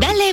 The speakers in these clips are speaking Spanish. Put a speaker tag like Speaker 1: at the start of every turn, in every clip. Speaker 1: Dale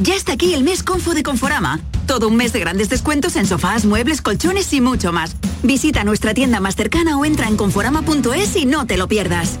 Speaker 2: Ya está aquí el mes Confo de Conforama. Todo un mes de grandes descuentos en sofás, muebles, colchones y mucho más. Visita nuestra tienda más cercana o entra en conforama.es y no te lo pierdas.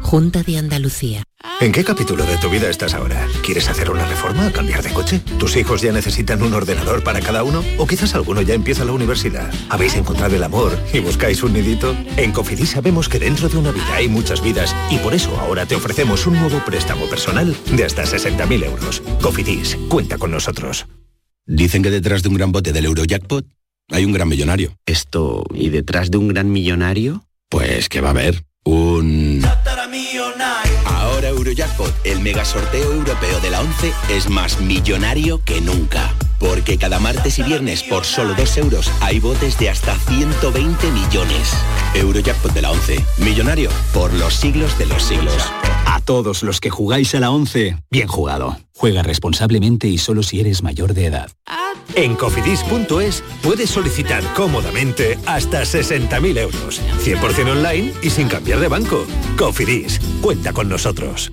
Speaker 3: Junta de Andalucía.
Speaker 4: ¿En qué capítulo de tu vida estás ahora? ¿Quieres hacer una reforma? ¿Cambiar de coche? ¿Tus hijos ya necesitan un ordenador para cada uno? ¿O quizás alguno ya empieza la universidad? ¿Habéis encontrado el amor y buscáis un nidito? En Cofidis sabemos que dentro de una vida hay muchas vidas y por eso ahora te ofrecemos un nuevo préstamo personal de hasta 60.000 euros. Cofidis, cuenta con nosotros.
Speaker 5: Dicen que detrás de un gran bote del Eurojackpot hay un gran millonario.
Speaker 6: Esto, ¿y detrás de un gran millonario?
Speaker 5: Pues que va a haber un... Ahora Eurojackpot, el mega sorteo europeo de la 11, es más millonario que nunca. Porque cada martes y viernes por solo 2 euros hay botes de hasta 120 millones. Eurojackpot de la 11, millonario por los siglos de los siglos.
Speaker 7: A todos los que jugáis a la 11, bien jugado. Juega responsablemente y solo si eres mayor de edad.
Speaker 4: En cofidis.es puedes solicitar cómodamente hasta 60.000 euros, 100% online y sin cambiar de banco. Cofidis, cuenta con nosotros.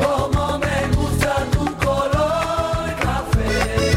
Speaker 8: Como me gusta tu color café.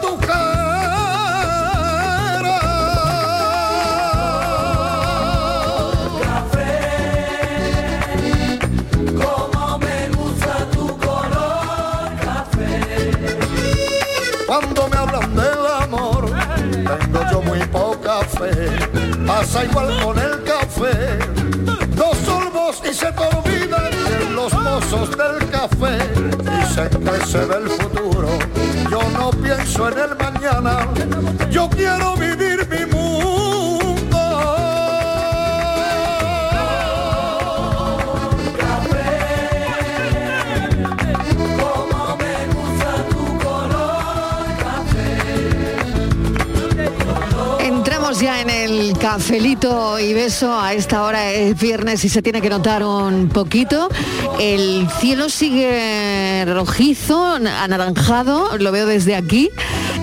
Speaker 9: tu
Speaker 8: Como me gusta tu color café.
Speaker 9: Cuando me hablan del amor, tengo yo muy poca fe. Pasa igual con el café. Dos sorbos y se te olvidan de los mozos del café. Dicen que se ve el futuro. Yo no pienso en el mañana. Yo quiero vivir mi mundo.
Speaker 8: Como me gusta tu color café.
Speaker 10: Entramos Estamos ya en el cafelito y beso. A esta hora es viernes y se tiene que notar un poquito. El cielo sigue rojizo, anaranjado. Lo veo desde aquí.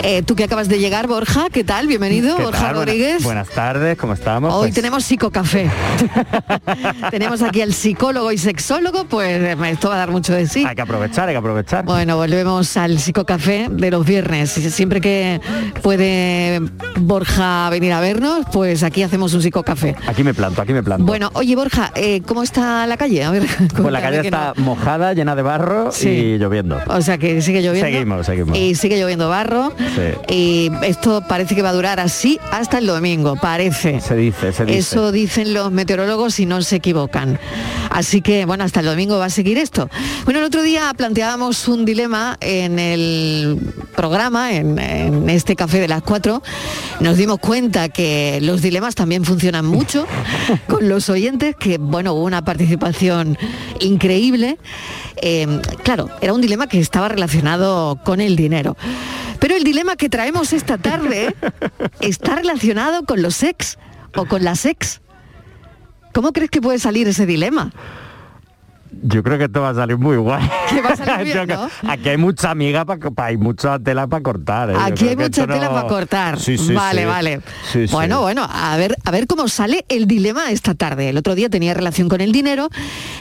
Speaker 10: Eh, tú que acabas de llegar, Borja, ¿qué tal? Bienvenido,
Speaker 11: ¿Qué
Speaker 10: Borja
Speaker 11: tal? Buena-
Speaker 10: Rodríguez.
Speaker 11: Buenas tardes, ¿cómo estamos?
Speaker 10: Hoy
Speaker 11: Pues,
Speaker 10: tenemos psicocafé. tenemos aquí al psicólogo y sexólogo, pues eh, esto va a dar mucho de sí.
Speaker 11: Hay que aprovechar, hay que aprovechar.
Speaker 10: Bueno, volvemos al psicocafé de los viernes. Siempre que puede Borja venir a vernos, pues aquí hacemos un psicocafé.
Speaker 11: Aquí me planto, aquí me planto.
Speaker 10: Bueno, oye Borja, eh, ¿cómo está la calle? A ver,
Speaker 11: pues la
Speaker 10: cuéntame
Speaker 11: calle
Speaker 10: que
Speaker 11: está
Speaker 10: no-
Speaker 11: mojada, llena de barro
Speaker 10: Sí.
Speaker 11: y lloviendo.
Speaker 10: O sea que sigue lloviendo.
Speaker 11: Seguimos, seguimos.
Speaker 10: Y sigue lloviendo barro.
Speaker 11: Sí.
Speaker 10: Y esto parece que va a durar así hasta el domingo, parece.
Speaker 11: Se dice, se dice.
Speaker 10: Eso dicen los meteorólogos y no se equivocan. Así que, bueno, hasta el domingo va a seguir esto. Bueno, el otro día planteábamos un dilema en el programa, en, en este café de las cuatro. Nos dimos cuenta que los dilemas también funcionan mucho con los oyentes, que, bueno, hubo una participación increíble. Eh, claro, era un dilema que estaba relacionado con el dinero. Pero el dilema que traemos esta tarde está relacionado con los ex o con las ex. ¿Cómo crees que puede salir ese dilema?
Speaker 11: Yo creo que esto va a salir muy guay.
Speaker 10: Que va a salir bien,
Speaker 11: Yo creo-
Speaker 10: ¿no?
Speaker 11: Aquí hay mucha amiga para hay mucha tela para cortar. ¿eh? Yo
Speaker 10: Aquí
Speaker 11: creo
Speaker 10: hay
Speaker 11: que
Speaker 10: mucha
Speaker 11: esto
Speaker 10: tela
Speaker 11: no-
Speaker 10: para cortar.
Speaker 11: Sí, sí,
Speaker 10: vale,
Speaker 11: sí.
Speaker 10: vale.
Speaker 11: Sí, sí.
Speaker 10: bueno, bueno, a ver, a ver cómo sale el dilema esta tarde. El otro día tenía relación con el dinero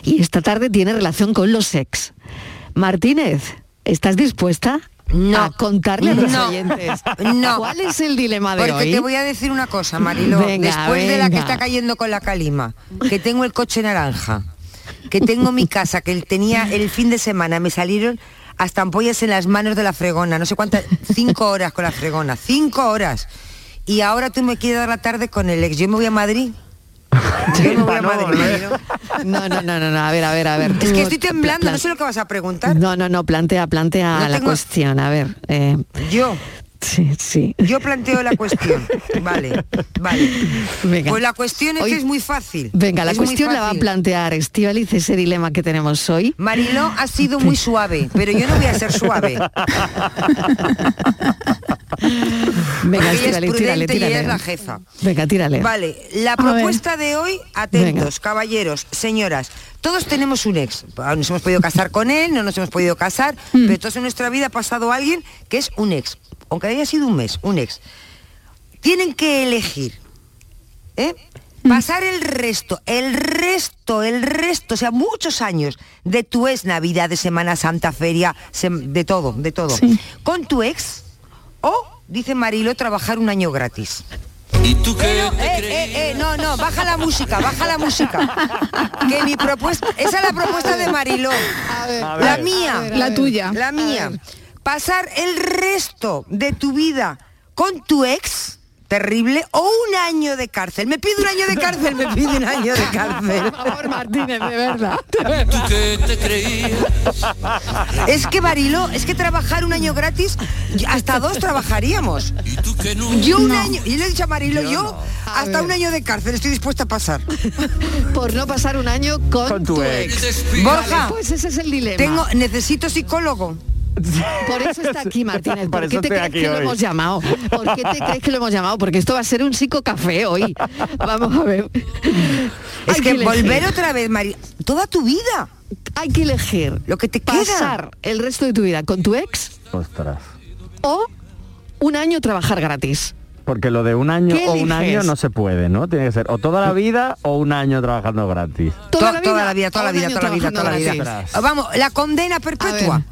Speaker 10: y esta tarde tiene relación con los ex. Martínez, ¿estás dispuesta a contarle a los
Speaker 12: No.
Speaker 10: oyentes
Speaker 12: No.
Speaker 10: cuál es el dilema de
Speaker 12: Porque
Speaker 10: hoy?
Speaker 12: te voy a decir una cosa, Marilo.
Speaker 10: Venga,
Speaker 12: Después de la que
Speaker 10: venga.
Speaker 12: está cayendo con la calima, que tengo el coche naranja, que tengo mi casa, que tenía el fin de semana, me salieron hasta ampollas en las manos de la fregona, no sé cuántas, cinco horas con la fregona, cinco horas. Y ahora tú me quieres dar la tarde con el ex. Yo me voy a Madrid. Yo me voy a Madrid. Marilo.
Speaker 10: No, no, no, no, no, a ver, a ver, a ver.
Speaker 12: Es
Speaker 10: tú
Speaker 12: que estoy
Speaker 10: pla-
Speaker 12: temblando,
Speaker 10: plan-
Speaker 12: no sé lo que vas a preguntar.
Speaker 10: No, no, no, plantea, plantea
Speaker 12: No
Speaker 10: la
Speaker 12: tengo-
Speaker 10: cuestión, a ver. eh,
Speaker 12: Yo.
Speaker 10: Sí, sí.
Speaker 12: Yo planteo la cuestión. Vale, vale.
Speaker 10: Venga.
Speaker 12: Pues la cuestión es
Speaker 10: Hoy-
Speaker 12: que es muy fácil.
Speaker 10: Venga, la
Speaker 12: Es muy
Speaker 10: cuestión la va a
Speaker 12: fácil.
Speaker 10: plantear Estíbaliz, ese dilema que tenemos hoy.
Speaker 12: Mariló ha sido muy suave, pero yo no voy a ser suave.
Speaker 10: Venga,
Speaker 12: Porque ella
Speaker 10: Estíbaliz,
Speaker 12: es
Speaker 10: tírale,
Speaker 12: prudente y
Speaker 10: tírale.
Speaker 12: ella es la jefa.
Speaker 10: Venga, tírale.
Speaker 12: Vale, la
Speaker 10: A
Speaker 12: propuesta de hoy, atentos, caballeros, señoras, todos tenemos un ex. Nos hemos podido casar con él, no nos hemos podido casar, pero todos en nuestra vida ha pasado alguien que es un ex, aunque haya sido un mes, un ex. Tienen que elegir, ¿eh? Pasar el resto, el resto, el resto, o sea, muchos años de tu ex, Navidad, de Semana Santa, Feria, sem- de todo, de todo, con tu ex o, dice Marilo, trabajar un año gratis. Pero, eh, eh, eh, no, no, baja la música, baja la música. Que mi propuesta, esa es la propuesta de Mariló.
Speaker 13: ver.
Speaker 12: La
Speaker 13: A ver, a
Speaker 12: mía,
Speaker 13: ver, a La ver. tuya.
Speaker 12: La mía. Pasar el resto de tu vida con tu ex terrible o un año de cárcel. Me pide un año de cárcel, me pide un año de cárcel. Por favor,
Speaker 10: Martínez, de verdad.
Speaker 13: ¿Tú qué te creías?
Speaker 12: Es que Mariló, es que trabajar un año gratis, hasta dos trabajaríamos. Yo un
Speaker 10: No.
Speaker 12: año, y le he dicho a Marilo, yo,
Speaker 10: Yo no. A
Speaker 12: hasta
Speaker 10: ver.
Speaker 12: un año de cárcel estoy dispuesta a pasar.
Speaker 10: Por no pasar un año con,
Speaker 12: tu
Speaker 10: ex.
Speaker 12: Borja,
Speaker 10: Vale, pues ese es el dilema.
Speaker 12: tengo, necesito psicólogo.
Speaker 10: Por eso está aquí Martínez.
Speaker 12: Por
Speaker 10: ¿Por, qué
Speaker 12: eso
Speaker 10: te
Speaker 12: estoy
Speaker 10: crees
Speaker 12: aquí
Speaker 10: que lo
Speaker 12: hoy.
Speaker 10: hemos llamado? ¿Por qué te crees que lo hemos llamado? Porque esto va a ser un psicocafé hoy. Vamos a ver.
Speaker 12: Es
Speaker 10: Hay
Speaker 12: que
Speaker 10: elegir.
Speaker 12: volver otra vez, María, toda tu vida.
Speaker 10: Hay que elegir
Speaker 12: lo que te queda.
Speaker 10: pasar el resto de tu vida con tu ex
Speaker 11: Ostras.
Speaker 10: o un año trabajar gratis.
Speaker 11: Porque lo de un año
Speaker 10: ¿Qué
Speaker 11: o un
Speaker 10: eliges?
Speaker 11: año no se puede, ¿no? Tiene que ser o toda la vida o un año trabajando gratis.
Speaker 12: Toda, la, vida, toda la vida, toda la vida, toda la vida, toda la vida.
Speaker 11: gratis.
Speaker 12: Vamos, la condena perpetua.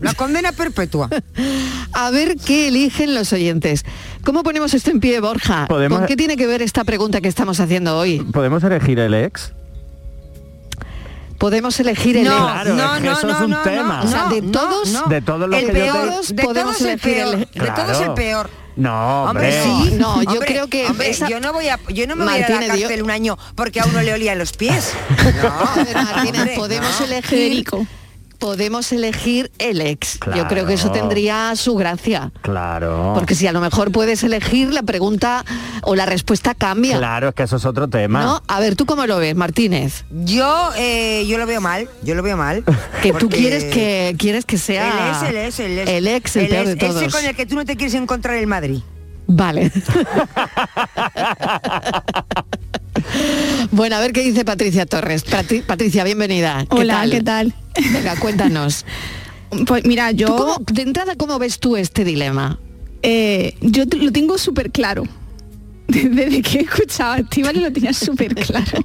Speaker 12: La condena perpetua.
Speaker 10: A ver qué eligen los oyentes. ¿Cómo ponemos esto en pie, Borja?
Speaker 11: Podemos-
Speaker 10: ¿Con qué tiene que ver esta pregunta que estamos haciendo hoy?
Speaker 11: ¿Podemos elegir el ex?
Speaker 10: Podemos elegir el
Speaker 11: No,
Speaker 10: ex.
Speaker 11: Claro, no, es que no, eso es no, un no, tema.
Speaker 10: O sea,
Speaker 11: no,
Speaker 10: de
Speaker 11: no,
Speaker 10: todos,
Speaker 11: no. De todos los El que yo peor,
Speaker 10: todos
Speaker 11: te-
Speaker 12: de
Speaker 10: podemos
Speaker 12: todos el
Speaker 10: elegir
Speaker 12: peor,
Speaker 10: el e.
Speaker 12: de todos el peor.
Speaker 11: No, hombre.
Speaker 12: Hombre, sí.
Speaker 10: No, yo
Speaker 12: Hombre,
Speaker 10: creo que
Speaker 12: hombre,
Speaker 10: esa-
Speaker 12: yo no voy a yo no me voy a ir a la
Speaker 10: Martínez, yo-
Speaker 12: cárcel un año porque a uno le olía los pies.
Speaker 10: Martina, podemos elegir podemos elegir el ex. Yo creo que eso
Speaker 11: Claro. Oh.
Speaker 10: tendría su gracia.
Speaker 11: Claro.
Speaker 10: Porque si a lo mejor puedes elegir, la pregunta o la respuesta cambia.
Speaker 11: Claro, es que eso es otro tema.
Speaker 10: ¿No? A ver, ¿tú cómo lo ves, Martínez?
Speaker 12: Yo eh, yo lo veo mal, yo lo veo mal.
Speaker 10: Que tú
Speaker 12: porque-
Speaker 10: quieres que quieres que sea
Speaker 12: El ex, el ex, el ex.
Speaker 10: el ex, el peor
Speaker 12: ex,
Speaker 10: de todos.
Speaker 12: Ese con el que tú no te quieres encontrar el Madrid.
Speaker 10: Vale. bueno, a ver qué dice Patricia Torres. Patri- Patricia, bienvenida. ¿Qué
Speaker 14: Hola,
Speaker 10: tal?
Speaker 14: ¿qué tal?
Speaker 10: Venga, cuéntanos.
Speaker 14: Pues mira, yo...
Speaker 10: de entrada, ¿cómo ves tú este dilema?
Speaker 14: Eh, yo te- lo tengo súper claro. Desde que he escuchado a Estíbaliz lo tenía súper claro.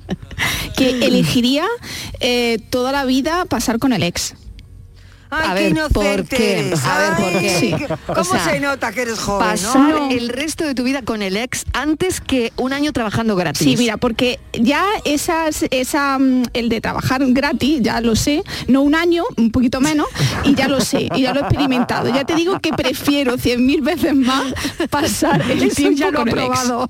Speaker 14: Que elegiría eh, toda la vida pasar con el ex.
Speaker 10: a ver, ¿por qué? A ver, ¿por qué? O sea,
Speaker 12: Pues
Speaker 10: Pasar el resto de tu vida con el ex antes que un año trabajando gratis.
Speaker 14: Sí, mira, porque ya esas, esa, mm, el de trabajar gratis, ya lo sé, no un año, un poquito menos, y ya lo sé, y ya lo he experimentado. Ya te digo que prefiero cien mil veces más pasar el
Speaker 10: Eso
Speaker 14: tiempo
Speaker 10: ya lo
Speaker 14: con
Speaker 10: he
Speaker 14: el ex.
Speaker 10: probado.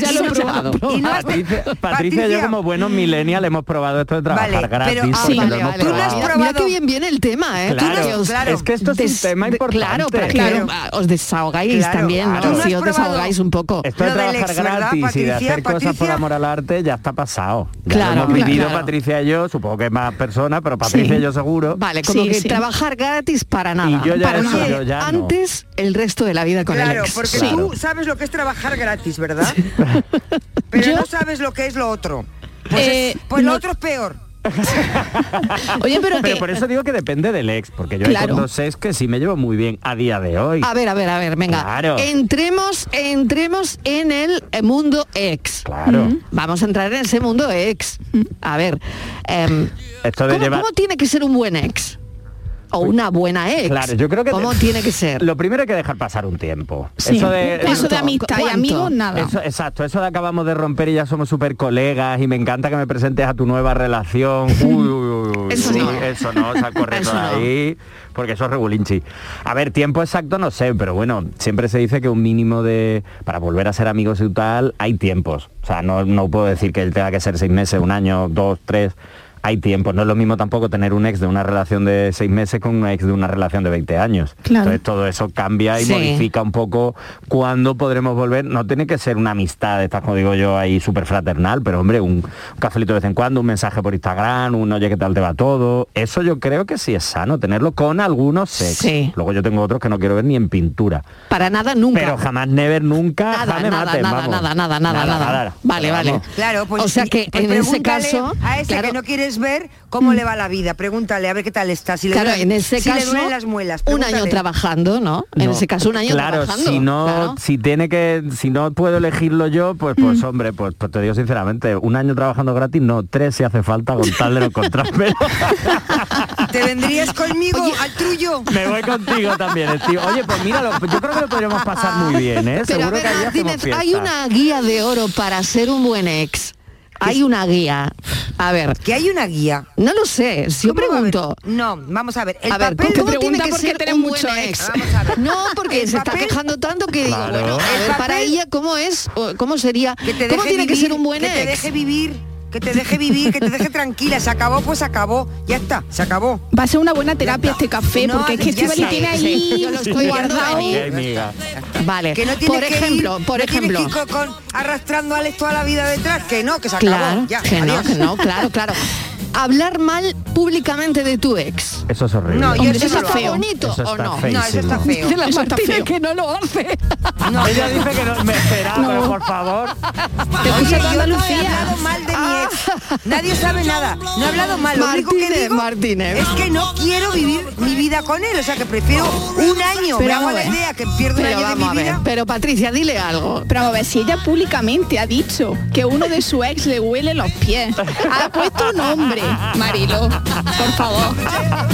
Speaker 14: Ya lo he probado. Y no has-
Speaker 11: Patricia, Patricia y yo como buenos millennials hemos probado esto de trabajar
Speaker 14: Vale,
Speaker 11: gratis.
Speaker 14: pero-
Speaker 11: porque
Speaker 14: sí,
Speaker 11: lo
Speaker 14: vale,
Speaker 11: hemos
Speaker 14: vale,
Speaker 11: probado.
Speaker 14: vale.
Speaker 10: Mira, mira qué bien viene el tema, ¿eh?
Speaker 11: Claro, Tú no has-
Speaker 10: os-
Speaker 11: claro. es que esto es un tema
Speaker 10: de- Claro, pero
Speaker 11: importante.
Speaker 10: claro,
Speaker 11: Claro.
Speaker 10: os desahogáis
Speaker 11: Claro,
Speaker 10: también, ¿no?
Speaker 11: claro. Tú no
Speaker 10: Si
Speaker 11: has
Speaker 10: os
Speaker 11: probado
Speaker 10: desahogáis un poco.
Speaker 11: Esto de trabajar gratis y de hacer cosas por amor al arte ya está pasado. Ya
Speaker 10: Claro,
Speaker 11: lo hemos
Speaker 10: claro,
Speaker 11: vivido
Speaker 10: claro.
Speaker 11: Patricia y yo, supongo que más personas, pero Patricia y yo seguro.
Speaker 10: Vale, como que trabajar gratis para nada.
Speaker 11: yo ya
Speaker 10: para
Speaker 11: eso,
Speaker 10: nada.
Speaker 11: yo ya no.
Speaker 10: Antes, el resto de la vida con el
Speaker 12: Claro,
Speaker 10: ex.
Speaker 12: porque tú sabes lo que es trabajar gratis, ¿verdad? Pero no sabes lo que es lo otro. Pues,
Speaker 14: Eh,
Speaker 12: es- pues
Speaker 14: no-
Speaker 12: lo otro es peor.
Speaker 14: Oye, pero que-
Speaker 11: por eso digo que depende del ex, porque yo hay
Speaker 10: Claro.
Speaker 11: con dos ex que sí me llevo muy bien a día de hoy.
Speaker 10: A ver, a ver, a ver, venga.
Speaker 11: Claro.
Speaker 10: Entremos, entremos en el eh, mundo ex.
Speaker 11: Claro. Mm.
Speaker 10: Mm. Vamos a entrar en ese mundo ex. A ver, em,
Speaker 11: Esto de
Speaker 10: ¿cómo,
Speaker 11: llevar-
Speaker 10: cómo tiene que ser un buen ex? O una buena ex.
Speaker 11: Claro, yo creo que
Speaker 10: ¿Cómo
Speaker 11: te-
Speaker 10: tiene que ser?
Speaker 11: Lo primero hay que dejar pasar un tiempo.
Speaker 10: Sí. Eso de
Speaker 14: amistad y ¿Cuánto? amigos, nada.
Speaker 11: Eso- exacto, eso de acabamos de romper y ya somos súper colegas y me encanta que me presentes a tu nueva relación. Uy, uy, uy, uy,
Speaker 10: Eso
Speaker 11: uy,
Speaker 10: no.
Speaker 11: Eso no, sal corriendo
Speaker 10: Eso
Speaker 11: de
Speaker 10: no.
Speaker 11: ahí, porque eso es regulinchi. A ver, tiempo exacto no sé, pero bueno, siempre se dice que un mínimo de... Para volver a ser amigos y tal, hay tiempos. O sea, no, no puedo decir que él tenga que ser seis meses, un año, dos, tres... Hay tiempos, no es lo mismo tampoco tener un ex de una relación de seis meses con un ex de una relación de 20 años.
Speaker 14: Claro.
Speaker 11: Entonces todo eso cambia y
Speaker 14: Sí.
Speaker 11: modifica un poco cuándo podremos volver. No tiene que ser una amistad, de estas como digo yo, ahí súper fraternal, pero hombre, un cafelito de vez en cuando, un mensaje por Instagram, un oye, ¿qué tal te va todo? Eso yo creo que sí es sano, tenerlo con algunos sex.
Speaker 10: Sí.
Speaker 11: Luego yo tengo otros que no quiero ver ni en pintura.
Speaker 10: Para nada, nunca.
Speaker 11: Pero jamás, never, nunca,
Speaker 10: Nada,
Speaker 11: jamás me
Speaker 10: nada,
Speaker 11: mates,
Speaker 10: nada,
Speaker 11: vamos.
Speaker 10: nada, nada, nada, nada. Vale,
Speaker 11: Vamos.
Speaker 10: vale.
Speaker 12: Claro, pues,
Speaker 10: O sea
Speaker 12: y-
Speaker 10: que
Speaker 12: pues
Speaker 10: en ese
Speaker 12: pregúntale
Speaker 10: caso,
Speaker 12: a ese
Speaker 10: claro. Mm.
Speaker 12: que no quieres ver cómo le va la vida, pregúntale a ver qué tal está, si le
Speaker 10: claro,
Speaker 12: duelen-
Speaker 10: en ese
Speaker 12: si le
Speaker 10: caso,
Speaker 12: duelen las muelas.
Speaker 10: un año
Speaker 12: pregúntale.
Speaker 10: trabajando, ¿no? En
Speaker 11: No,
Speaker 10: ese caso, un año
Speaker 11: claro,
Speaker 10: trabajando.
Speaker 11: si no,
Speaker 10: claro.
Speaker 11: si tiene que, si no puedo elegirlo yo, pues, pues
Speaker 10: Mm.
Speaker 11: hombre, pues, pues te digo sinceramente, un año trabajando gratis, no, tres si hace falta con tal de no encontrarme.
Speaker 12: ¿Te vendrías conmigo al trullo?
Speaker 11: Me voy contigo también, tío. Oye, pues mira, lo- yo creo que lo podríamos pasar muy bien, ¿eh?
Speaker 10: Pero a
Speaker 11: Seguro
Speaker 10: ver,
Speaker 11: que ahí hacemos
Speaker 10: Martínez,
Speaker 11: fiesta.
Speaker 10: hay una guía de oro para ser un buen ex. Hay una guía. A ver.
Speaker 12: ¿Que hay una guía?
Speaker 10: No lo sé. Si yo pregunto.
Speaker 12: No, vamos a ver. El
Speaker 10: a ver,
Speaker 12: papel
Speaker 10: ¿cómo tiene que ser un buen ex? No, porque
Speaker 12: El
Speaker 10: se está
Speaker 12: papel-
Speaker 10: quejando tanto que digo,
Speaker 12: Claro.
Speaker 10: bueno, a
Speaker 12: El
Speaker 10: ver, para
Speaker 12: papel-
Speaker 10: ella, ¿cómo es? O ¿Cómo sería?
Speaker 12: te
Speaker 10: ¿Cómo
Speaker 12: deje
Speaker 10: tiene que
Speaker 12: vivir,
Speaker 10: ser un buen
Speaker 12: Que te
Speaker 10: ex?
Speaker 12: deje vivir, que te deje vivir, que te deje tranquila. Se acabó, pues se acabó. Ya está, se acabó.
Speaker 14: Va a ser una buena terapia este café,
Speaker 12: No,
Speaker 14: porque es que
Speaker 12: ya
Speaker 10: este
Speaker 14: Estivali
Speaker 12: sé,
Speaker 14: tiene
Speaker 12: sí,
Speaker 14: ahí
Speaker 12: yo lo estoy
Speaker 14: guardado.
Speaker 12: viendo
Speaker 11: Ay, amiga.
Speaker 10: Vale.
Speaker 12: Que no tienes
Speaker 10: por
Speaker 12: que ir-
Speaker 10: ejemplo, por
Speaker 12: no tienes que
Speaker 10: ejemplo.
Speaker 12: ir con- con- arrastrando a Alex toda la vida detrás, que no, que se acabó.
Speaker 10: Claro,
Speaker 12: ya,
Speaker 10: que no,
Speaker 12: adiós.
Speaker 10: que no, claro, claro. Hablar mal públicamente de tu ex.
Speaker 11: Eso es horrible.
Speaker 10: No, yo Hombre, eso eso no
Speaker 11: está
Speaker 10: está lo hago. bonito,
Speaker 11: eso
Speaker 10: ¿o
Speaker 11: está
Speaker 10: no?
Speaker 11: feísimo.
Speaker 10: No, eso está feo.
Speaker 14: Dice la
Speaker 10: Eso está
Speaker 14: Martínez
Speaker 10: feo.
Speaker 14: que no lo hace.
Speaker 11: Ella dice que no, me esperaba,
Speaker 14: No.
Speaker 11: pero por favor.
Speaker 14: Te
Speaker 12: Oye,
Speaker 14: escucha toda
Speaker 12: yo no he
Speaker 14: Andalucía.
Speaker 12: hablado mal de mi ex. Nadie sabe nada. No he hablado mal. Lo único que
Speaker 10: Martínez,
Speaker 12: digo
Speaker 10: Martínez.
Speaker 12: es que no quiero vivir mi vida con él. O sea, que prefiero un año. me hago
Speaker 10: vamos a
Speaker 12: la
Speaker 10: ver.
Speaker 12: idea que pierdo un
Speaker 10: Pero
Speaker 12: año de
Speaker 10: vamos
Speaker 12: mi
Speaker 10: a ver.
Speaker 12: vida.
Speaker 10: Pero Patricia, dile algo.
Speaker 14: Pero a ver, si ella públicamente ha dicho que uno de su ex le huele los pies, ha puesto un nombre, Marilo, por favor.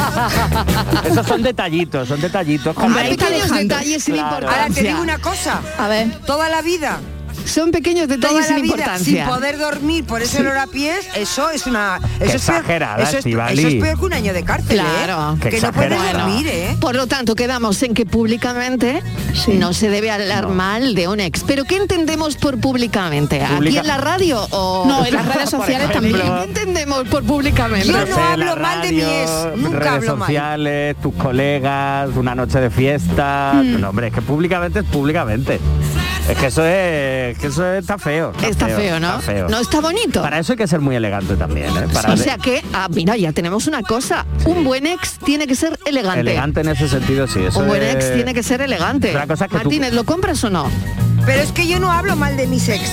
Speaker 11: Esos son detallitos, son detallitos.
Speaker 10: Hombre,
Speaker 11: Carmen.
Speaker 10: pequeños
Speaker 11: Alejandro.
Speaker 10: detalles sin
Speaker 11: Claro.
Speaker 10: importancia.
Speaker 12: Ahora te digo una cosa.
Speaker 14: A ver.
Speaker 12: Toda la vida.
Speaker 10: Son pequeños
Speaker 12: Toda
Speaker 10: detalles
Speaker 12: la
Speaker 10: sin
Speaker 12: vida
Speaker 10: importancia.
Speaker 12: sin poder dormir por ese olor a pies, eso es una... Eso es, peor,
Speaker 11: exagerada,
Speaker 12: eso, es,
Speaker 11: Estivali.
Speaker 12: eso es peor que un año de cárcel, ¿eh?
Speaker 10: Claro.
Speaker 11: Qué
Speaker 12: Que no puedes
Speaker 11: exagerada.
Speaker 12: dormir, ¿eh?
Speaker 10: Por lo tanto, quedamos en que públicamente no se debe hablar mal de un ex. ¿Pero qué entendemos por públicamente? ¿Aquí
Speaker 11: Publica-
Speaker 10: en la radio o...?
Speaker 14: No, en las redes
Speaker 10: Por
Speaker 14: sociales
Speaker 10: ejemplo.
Speaker 14: también.
Speaker 10: ¿Qué entendemos por públicamente?
Speaker 11: No sé, la radio, redes sociales, tus colegas, una noche de fiesta.
Speaker 10: Mm.
Speaker 11: No, hombre, es que públicamente es públicamente. Es que eso es, que eso está feo.
Speaker 10: Está feo, ¿no?
Speaker 11: está feo.
Speaker 10: No está bonito.
Speaker 11: Para eso hay que ser muy elegante también, ¿eh? Para
Speaker 10: o
Speaker 11: de-
Speaker 10: sea que, ah, mira, ya tenemos una cosa. Un buen ex tiene que ser elegante.
Speaker 11: elegante en ese ese sentido sí. Eso
Speaker 10: Un buen
Speaker 11: de-
Speaker 10: ex tiene que ser elegante.
Speaker 11: La cosa es que tú-
Speaker 10: Martínez, ¿lo compras o no?
Speaker 12: Pero es que yo no hablo mal de mis ex.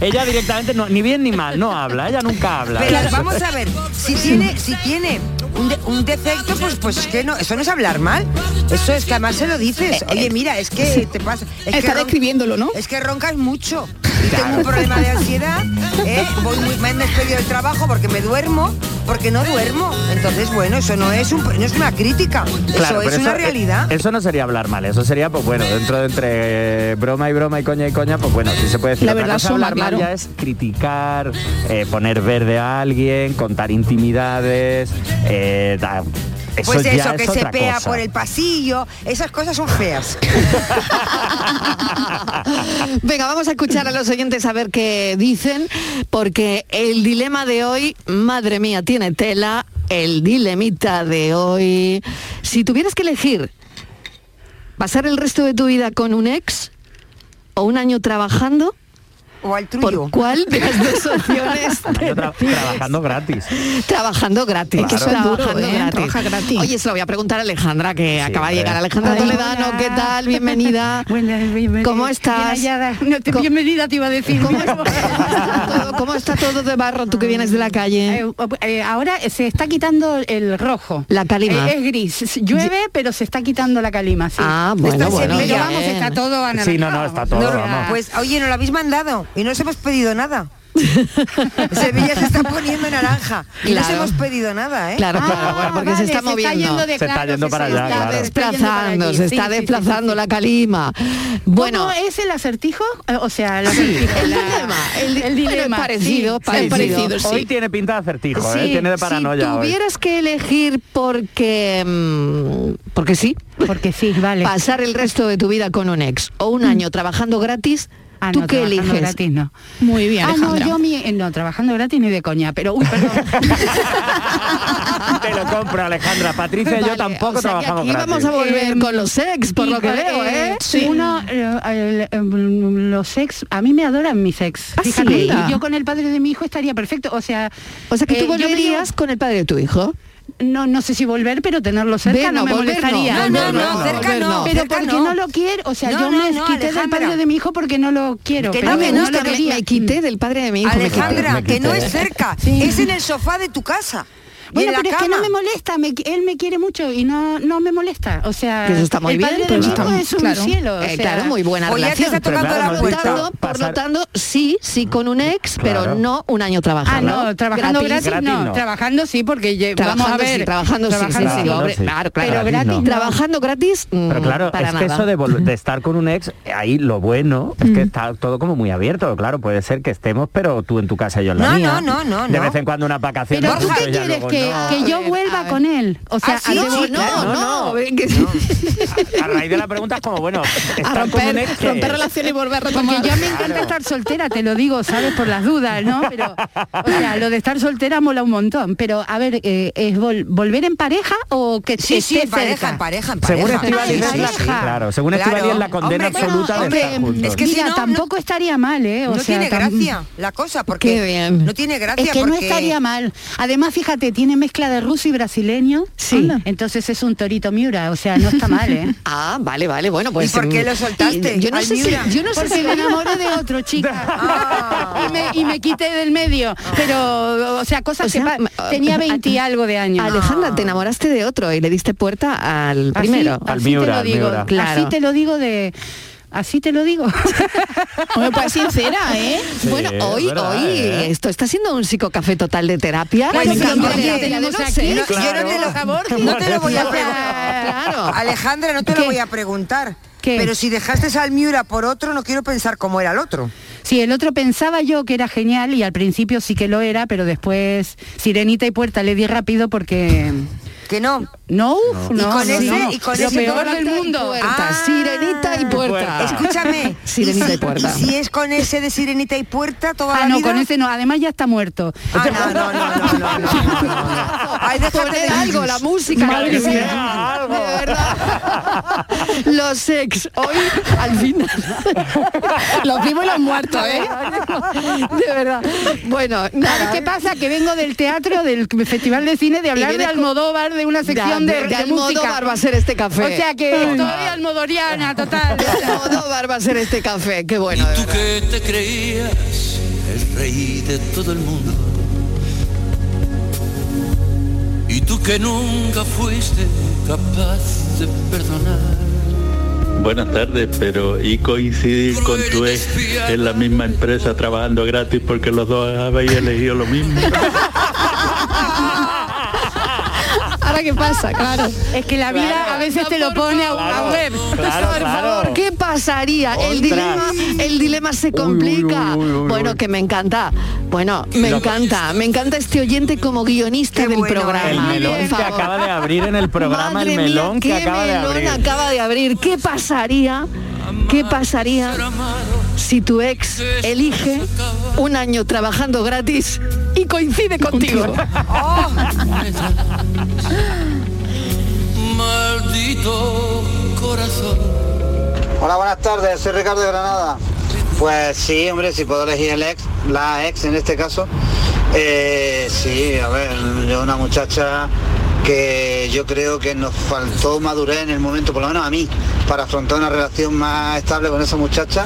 Speaker 11: Ella directamente no, ni bien ni mal, no habla, ella nunca habla.
Speaker 12: Pero vamos a ver, si tiene, si tiene un, de- un defecto, pues pues es que no, eso no es hablar mal. Eso es que además se lo
Speaker 11: Eh,
Speaker 12: dices. Oye, mira, es que te pasa. Es
Speaker 14: Está
Speaker 12: describiéndolo, ¿no? Es que roncas mucho. Y tengo un
Speaker 14: Claro.
Speaker 12: problema de ansiedad. ¿eh? Voy muy, me han despedido del trabajo porque me duermo, porque no duermo. Entonces, bueno, eso no es un, no es una crítica.
Speaker 11: Claro,
Speaker 12: eso es
Speaker 11: pero
Speaker 12: una
Speaker 11: eh,
Speaker 12: realidad.
Speaker 11: Eso no sería hablar mal, eso sería, pues bueno, dentro de entre eh, broma y broma y coña y coña, pues bueno, sí se puede decir.
Speaker 14: La
Speaker 11: Otra
Speaker 14: verdad
Speaker 11: cosa
Speaker 14: suma,
Speaker 11: hablar mal
Speaker 14: claro.
Speaker 11: ya es criticar, eh, poner verde a alguien, contar intimidades, eh, da- eso
Speaker 12: pues
Speaker 11: ya
Speaker 12: eso,
Speaker 11: es
Speaker 12: que se
Speaker 11: otra
Speaker 12: pea
Speaker 11: cosa.
Speaker 12: por el pasillo, esas cosas son feas.
Speaker 10: Venga, vamos a escuchar a los oyentes a ver qué dicen, porque el dilema de hoy, madre mía, tiene tela. El dilemita de hoy. Si tuvieras que elegir pasar el resto de tu vida con un ex o un año trabajando,
Speaker 12: o al tuyo.
Speaker 10: ¿por cuál de las dos opciones
Speaker 11: Yo tra- trabajando gratis.
Speaker 10: Trabajando gratis.
Speaker 11: Es que son duros,
Speaker 10: Trabajando
Speaker 11: ¿eh?
Speaker 10: gratis.
Speaker 11: Trabaja
Speaker 10: Oye, se lo voy a preguntar a Alejandra, que acaba de llegar. Alejandra
Speaker 15: Ay,
Speaker 10: Toledano, ¿qué tal? Bienvenida. ¿Cómo estás?
Speaker 15: Bien hallada.
Speaker 10: No te, bienvenida te iba a decir. ¿Cómo,
Speaker 15: ¿Cómo
Speaker 10: está todo, cómo está todo de barro tú que vienes de la calle?
Speaker 15: Eh, ahora se está quitando el rojo.
Speaker 10: La calima.
Speaker 15: Eh, es gris. Llueve, pero se está quitando la calima, sí.
Speaker 10: Ah, bueno,
Speaker 15: Está en
Speaker 10: bueno,
Speaker 15: Sevilla,
Speaker 10: bien.
Speaker 15: vamos, está todo anaranjado.
Speaker 11: Sí, no, no, está todo,
Speaker 15: No,
Speaker 11: vamos.
Speaker 12: Pues oye, nos lo habéis mandado y no os hemos pedido nada. Sevilla se está poniendo naranja y no os
Speaker 10: Claro.
Speaker 12: hemos pedido nada, ¿eh?
Speaker 10: Claro, claro, bueno, porque Ah, se está moviendo.
Speaker 11: Se está yendo para allá, claro.
Speaker 10: desplazando, se está desplazando la calima.
Speaker 15: Bueno, es el acertijo, Eh, o sea, el, acertijo, la- el dilema, el,
Speaker 10: bueno, es parecido, parecido.
Speaker 11: Hoy tiene pinta de acertijo, ¿eh?
Speaker 10: Sí,
Speaker 11: tiene de paranoia
Speaker 10: si
Speaker 11: hoy.
Speaker 10: tuvieras que elegir porque mm, porque sí,
Speaker 15: porque sí, vale.
Speaker 10: Pasar el resto de tu vida con un ex o un año trabajando gratis,
Speaker 15: Ah,
Speaker 10: ¿tú
Speaker 15: no,
Speaker 10: qué
Speaker 15: trabajando
Speaker 10: eliges?
Speaker 15: gratis, no.
Speaker 10: Muy bien,
Speaker 15: Ah, no,
Speaker 10: Alejandra.
Speaker 15: yo mi, eh, no, trabajando gratis ni de coña, pero uy, perdón.
Speaker 11: Te lo compro, Alejandra. Patricia y
Speaker 15: Vale,
Speaker 11: yo tampoco
Speaker 15: o sea que
Speaker 11: trabajamos
Speaker 10: aquí
Speaker 11: gratis.
Speaker 10: vamos a volver con los ex, por lo que
Speaker 15: Híjole,
Speaker 10: veo, Em, ¿eh?
Speaker 15: sí. Uno, eh, el, eh, los ex, a mí me adoran mis ex.
Speaker 10: Ah,
Speaker 15: Fíjate,
Speaker 10: sí.
Speaker 15: y yo con el padre de mi hijo estaría perfecto. O sea,
Speaker 10: O sea que tú
Speaker 15: eh, yo me llevo-
Speaker 10: volverías con el padre de tu hijo.
Speaker 15: no, no sé si volver, pero tenerlo cerca
Speaker 10: Ven, no,
Speaker 15: no me
Speaker 10: volver no,
Speaker 15: molestaría.
Speaker 10: volver No, no, no, cerca volver no, no.
Speaker 15: Pero
Speaker 10: cerca
Speaker 15: porque
Speaker 10: no.
Speaker 15: no. lo quiero, o sea,
Speaker 10: No,
Speaker 15: yo
Speaker 10: no,
Speaker 15: me
Speaker 10: no,
Speaker 15: quité del
Speaker 10: Alejandra.
Speaker 15: padre de mi hijo porque no lo quiero.
Speaker 10: Que
Speaker 15: pero
Speaker 10: no me
Speaker 15: lo
Speaker 10: gusta, me-
Speaker 15: quería.
Speaker 10: me quité del padre de mi hijo, me quité.
Speaker 12: Alejandra,
Speaker 10: Me
Speaker 12: que no
Speaker 10: quité.
Speaker 12: es cerca,
Speaker 15: Sí.
Speaker 12: es en el sofá de tu casa. y
Speaker 15: Bueno,
Speaker 12: en la
Speaker 15: pero es que
Speaker 12: cama.
Speaker 15: no me molesta, me- él me quiere mucho y no, no me molesta. O sea,
Speaker 10: Que eso está muy
Speaker 15: el
Speaker 10: bien,
Speaker 15: padre de
Speaker 10: pues
Speaker 15: mi
Speaker 10: está-
Speaker 15: hijo es un
Speaker 10: claro.
Speaker 15: cielo. o
Speaker 10: Eh,
Speaker 15: sea.
Speaker 10: claro, muy buena relación. por, lo tanto, por lo tanto, sí, sí con un ex, pero
Speaker 15: Claro.
Speaker 10: no un año
Speaker 15: Ah,
Speaker 10: trabajando.
Speaker 15: no, trabajando gratis, no, trabajando sí, porque lle-
Speaker 10: Trabajando
Speaker 15: vamos a ver.
Speaker 10: sí, trabajando, sí, sí, sí, hombre,
Speaker 11: sí.
Speaker 10: claro, claro.
Speaker 11: Pero gratis no.
Speaker 10: Trabajando gratis, mm,
Speaker 11: Pero claro,
Speaker 10: para
Speaker 11: es
Speaker 10: nada.
Speaker 11: que eso de, vol- de estar con un ex, ahí lo bueno es que está todo como muy abierto. Claro, puede ser que estemos, pero tú en tu casa y yo en la
Speaker 12: No, no,
Speaker 11: mía.
Speaker 12: no, no,
Speaker 11: De
Speaker 12: no.
Speaker 11: vez en cuando una vacación.
Speaker 15: Pero tú qué quieres que, que yo vuelva con él. O sea,
Speaker 11: Ah, sí,
Speaker 15: a-
Speaker 11: sí, claro, no, no. A raíz de la pregunta es como, bueno, estar con un ex, ¿qué es?
Speaker 10: relaciones y volver a
Speaker 15: Porque ya me encanta estar soltera, te lo digo, sabes, por las dudas, ¿no? Pero, o sea, lo de estar soltera mola un montón. Pero, a ver, eh, ¿es vol- volver en pareja o que
Speaker 12: Sí,
Speaker 15: esté
Speaker 12: sí, en
Speaker 15: cerca?
Speaker 12: pareja, en pareja, en
Speaker 11: Según
Speaker 12: pareja.
Speaker 11: Estivali es la,
Speaker 12: Sí, sí.
Speaker 11: claro, según
Speaker 12: Claro.
Speaker 11: Estivali es la condena
Speaker 12: Hombre,
Speaker 11: absoluta
Speaker 12: bueno,
Speaker 11: de estar
Speaker 12: hombre,
Speaker 11: juntos.
Speaker 12: es que si
Speaker 15: Mira,
Speaker 12: no,
Speaker 15: tampoco estaría mal, ¿eh? O
Speaker 12: no
Speaker 15: sea,
Speaker 12: tiene
Speaker 15: tam-
Speaker 12: gracia la cosa, porque
Speaker 15: Qué bien.
Speaker 12: no tiene gracia
Speaker 15: Es que no
Speaker 12: porque
Speaker 15: estaría mal. Además, fíjate, tiene mezcla de ruso y brasileño. Sí. Entonces es un torito miura, o sea, no está mal, ¿eh?
Speaker 10: Ah, vale, vale, bueno, pues...
Speaker 15: ¿Y por qué lo soltaste,
Speaker 10: Yo no sé si,
Speaker 15: Almira?
Speaker 10: yo no sé
Speaker 15: Porque
Speaker 10: si
Speaker 15: me enamoré de otro, chica. y, me, y me quité del medio.
Speaker 12: Ah.
Speaker 15: Pero, o sea, cosas
Speaker 10: O sea,
Speaker 15: que... pa- Tenía 20 y algo de años.
Speaker 10: Ah, Alejandra, te enamoraste de otro y le diste puerta al
Speaker 15: Así-
Speaker 10: primero.
Speaker 15: así te lo digo,
Speaker 10: Claro.
Speaker 15: Así te lo digo de... Así te lo digo.
Speaker 10: Hombre, pues sincera, ¿eh?
Speaker 15: Sí,
Speaker 10: bueno,
Speaker 15: es
Speaker 10: hoy,
Speaker 15: verdad,
Speaker 10: hoy,
Speaker 15: ¿eh?
Speaker 10: esto está siendo un psicocafé total de terapia.
Speaker 12: Pues
Speaker 10: Yo
Speaker 12: sí,
Speaker 10: creo que
Speaker 12: hombre,
Speaker 10: la
Speaker 12: ya
Speaker 10: terapia
Speaker 12: tenemos
Speaker 10: de los
Speaker 12: aquí.
Speaker 10: ex.
Speaker 12: Yo no te lo- no te lo voy a preguntar. Alejandra, no te lo voy a preguntar. Pero si dejaste al Miura por otro, no quiero pensar cómo era el otro.
Speaker 15: Sí, el otro pensaba yo que era genial y al principio sí que lo era, pero después Sirenita y Puerta le di rápido porque
Speaker 12: Que no.
Speaker 15: No, uf,
Speaker 12: Y
Speaker 15: no.
Speaker 12: con
Speaker 15: no,
Speaker 12: ese-
Speaker 15: no.
Speaker 12: y con
Speaker 15: Lo
Speaker 12: ese
Speaker 15: peor
Speaker 12: puerta
Speaker 15: del
Speaker 12: y
Speaker 15: mundo. Ah.
Speaker 12: puerta.
Speaker 10: sirenita y puerta.
Speaker 12: Escúchame.
Speaker 10: Sirenita y, puerta.
Speaker 12: Si es con ese de sirenita y puerta, toda
Speaker 15: Ah,
Speaker 12: la
Speaker 15: no,
Speaker 12: vida.
Speaker 15: con ese no, además ya está muerto.
Speaker 12: Ah,
Speaker 10: Ah,
Speaker 12: Ay, déjate
Speaker 10: Poner
Speaker 12: de
Speaker 10: algo, la música. lo
Speaker 15: Madre
Speaker 10: que
Speaker 15: mía,
Speaker 10: sea. De verdad. Los ex, hoy al final.
Speaker 14: Los vivos y los muertos, ¿eh?
Speaker 10: De verdad. Bueno,
Speaker 15: ¿Sabes
Speaker 10: nada.
Speaker 15: qué pasa? Que vengo del teatro, del Festival de Cine, de hablar de
Speaker 10: vienes con-
Speaker 15: Almodóvar, de una sección
Speaker 10: Ya,
Speaker 15: de,
Speaker 10: de-
Speaker 15: de
Speaker 10: de
Speaker 15: música.
Speaker 10: Almodóvar va a ser este café.
Speaker 15: O sea que
Speaker 10: Ay,
Speaker 15: estoy
Speaker 10: no.
Speaker 15: almodoriana, total.
Speaker 10: Almodóvar va a ser este café, qué bueno. de
Speaker 13: Tú
Speaker 10: verdad.
Speaker 13: que te creías el rey de todo el mundo. Y tú que nunca fuiste capaz de perdonar.
Speaker 16: Buenas tardes, pero y coincidir con tu ex en la misma empresa trabajando gratis porque los dos habéis elegido lo mismo.
Speaker 10: Ahora qué pasa, claro.
Speaker 15: Es que la vida a veces te lo pone a, a ver.
Speaker 10: por favor, ¿qué pasaría? El dilema,
Speaker 15: Ostras.
Speaker 10: el dilema se complica. Bueno, que me encanta. Bueno, me
Speaker 11: Mira.
Speaker 10: encanta. Me encanta este oyente como guionista del programa.
Speaker 11: El melón
Speaker 10: Por
Speaker 11: que
Speaker 10: favor.
Speaker 11: acaba de abrir en el programa,
Speaker 10: Madre
Speaker 11: el
Speaker 10: mía,
Speaker 11: melón que
Speaker 10: qué
Speaker 11: acaba de
Speaker 10: melón
Speaker 11: abrir.
Speaker 10: acaba de abrir. ¿Qué pasaría? ¿Qué pasaría si tu ex elige un año trabajando gratis y coincide contigo?
Speaker 13: Maldito corazón.
Speaker 17: Hola, buenas tardes, soy Ricardo de Granada. Pues sí, hombre, si puedo elegir el ex, la ex en este caso. eh, sí, a ver, yo una muchacha que yo creo que nos faltó madurez en el momento, por lo menos a mí, para afrontar una relación más estable con esa muchacha.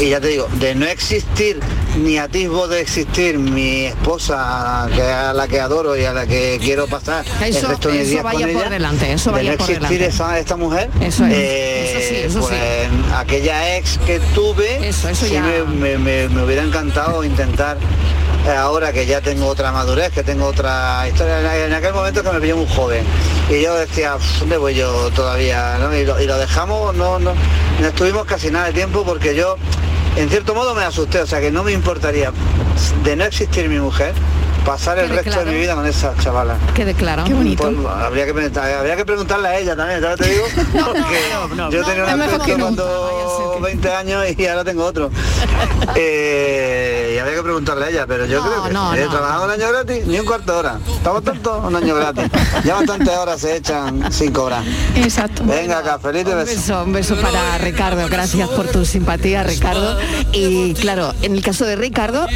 Speaker 17: Y ya te digo, de no existir ni atisbo de existir mi esposa, que a la que adoro y a la que quiero pasar
Speaker 10: Eso-
Speaker 17: el resto de mis
Speaker 10: eso
Speaker 17: días
Speaker 10: vaya
Speaker 17: con
Speaker 10: por
Speaker 17: ella,
Speaker 10: delante, eso
Speaker 17: de
Speaker 10: vaya
Speaker 17: no
Speaker 10: por
Speaker 17: existir
Speaker 10: delante.
Speaker 17: esa- esta mujer,
Speaker 10: Eso es,
Speaker 17: eh,
Speaker 10: eso sí, eso sí.
Speaker 17: pues en aquella ex que tuve, sí
Speaker 10: ya.
Speaker 17: me, me- me- me hubiera encantado intentar eh, ahora que ya tengo otra madurez, que tengo otra historia. En, en aquel momento que me pilló un joven y yo decía, "Pf, ¿dónde voy yo todavía? no?". Y, lo, y lo dejamos, no, no, no estuvimos casi nada de tiempo porque yo, en cierto modo, me asusté, o sea que no me importaría de no existir mi mujer. Pasar el
Speaker 10: Quede
Speaker 17: resto
Speaker 10: claro.
Speaker 17: de mi vida con esa chavala.
Speaker 10: Quede claro. Qué
Speaker 17: bonito. habría, que, preguntar- habría que preguntarle a ella también, ya te digo. porque yo tenía
Speaker 10: es
Speaker 17: una
Speaker 10: mejor que
Speaker 17: relación
Speaker 10: no.
Speaker 17: cuando 20 años y ahora tengo otro. Eh, y habría que preguntarle a ella, pero yo creo que
Speaker 10: no,
Speaker 17: he
Speaker 10: no.
Speaker 17: trabajado un año gratis, ni un cuarto de hora. Estamos tontos, un año gratis. Ya bastantes horas se echan sin cobrar.
Speaker 10: Exacto.
Speaker 17: Venga, acá, feliz de
Speaker 10: Un beso, un beso para Ricardo. Gracias por tu simpatía, Ricardo. Y claro, en el caso de Ricardo,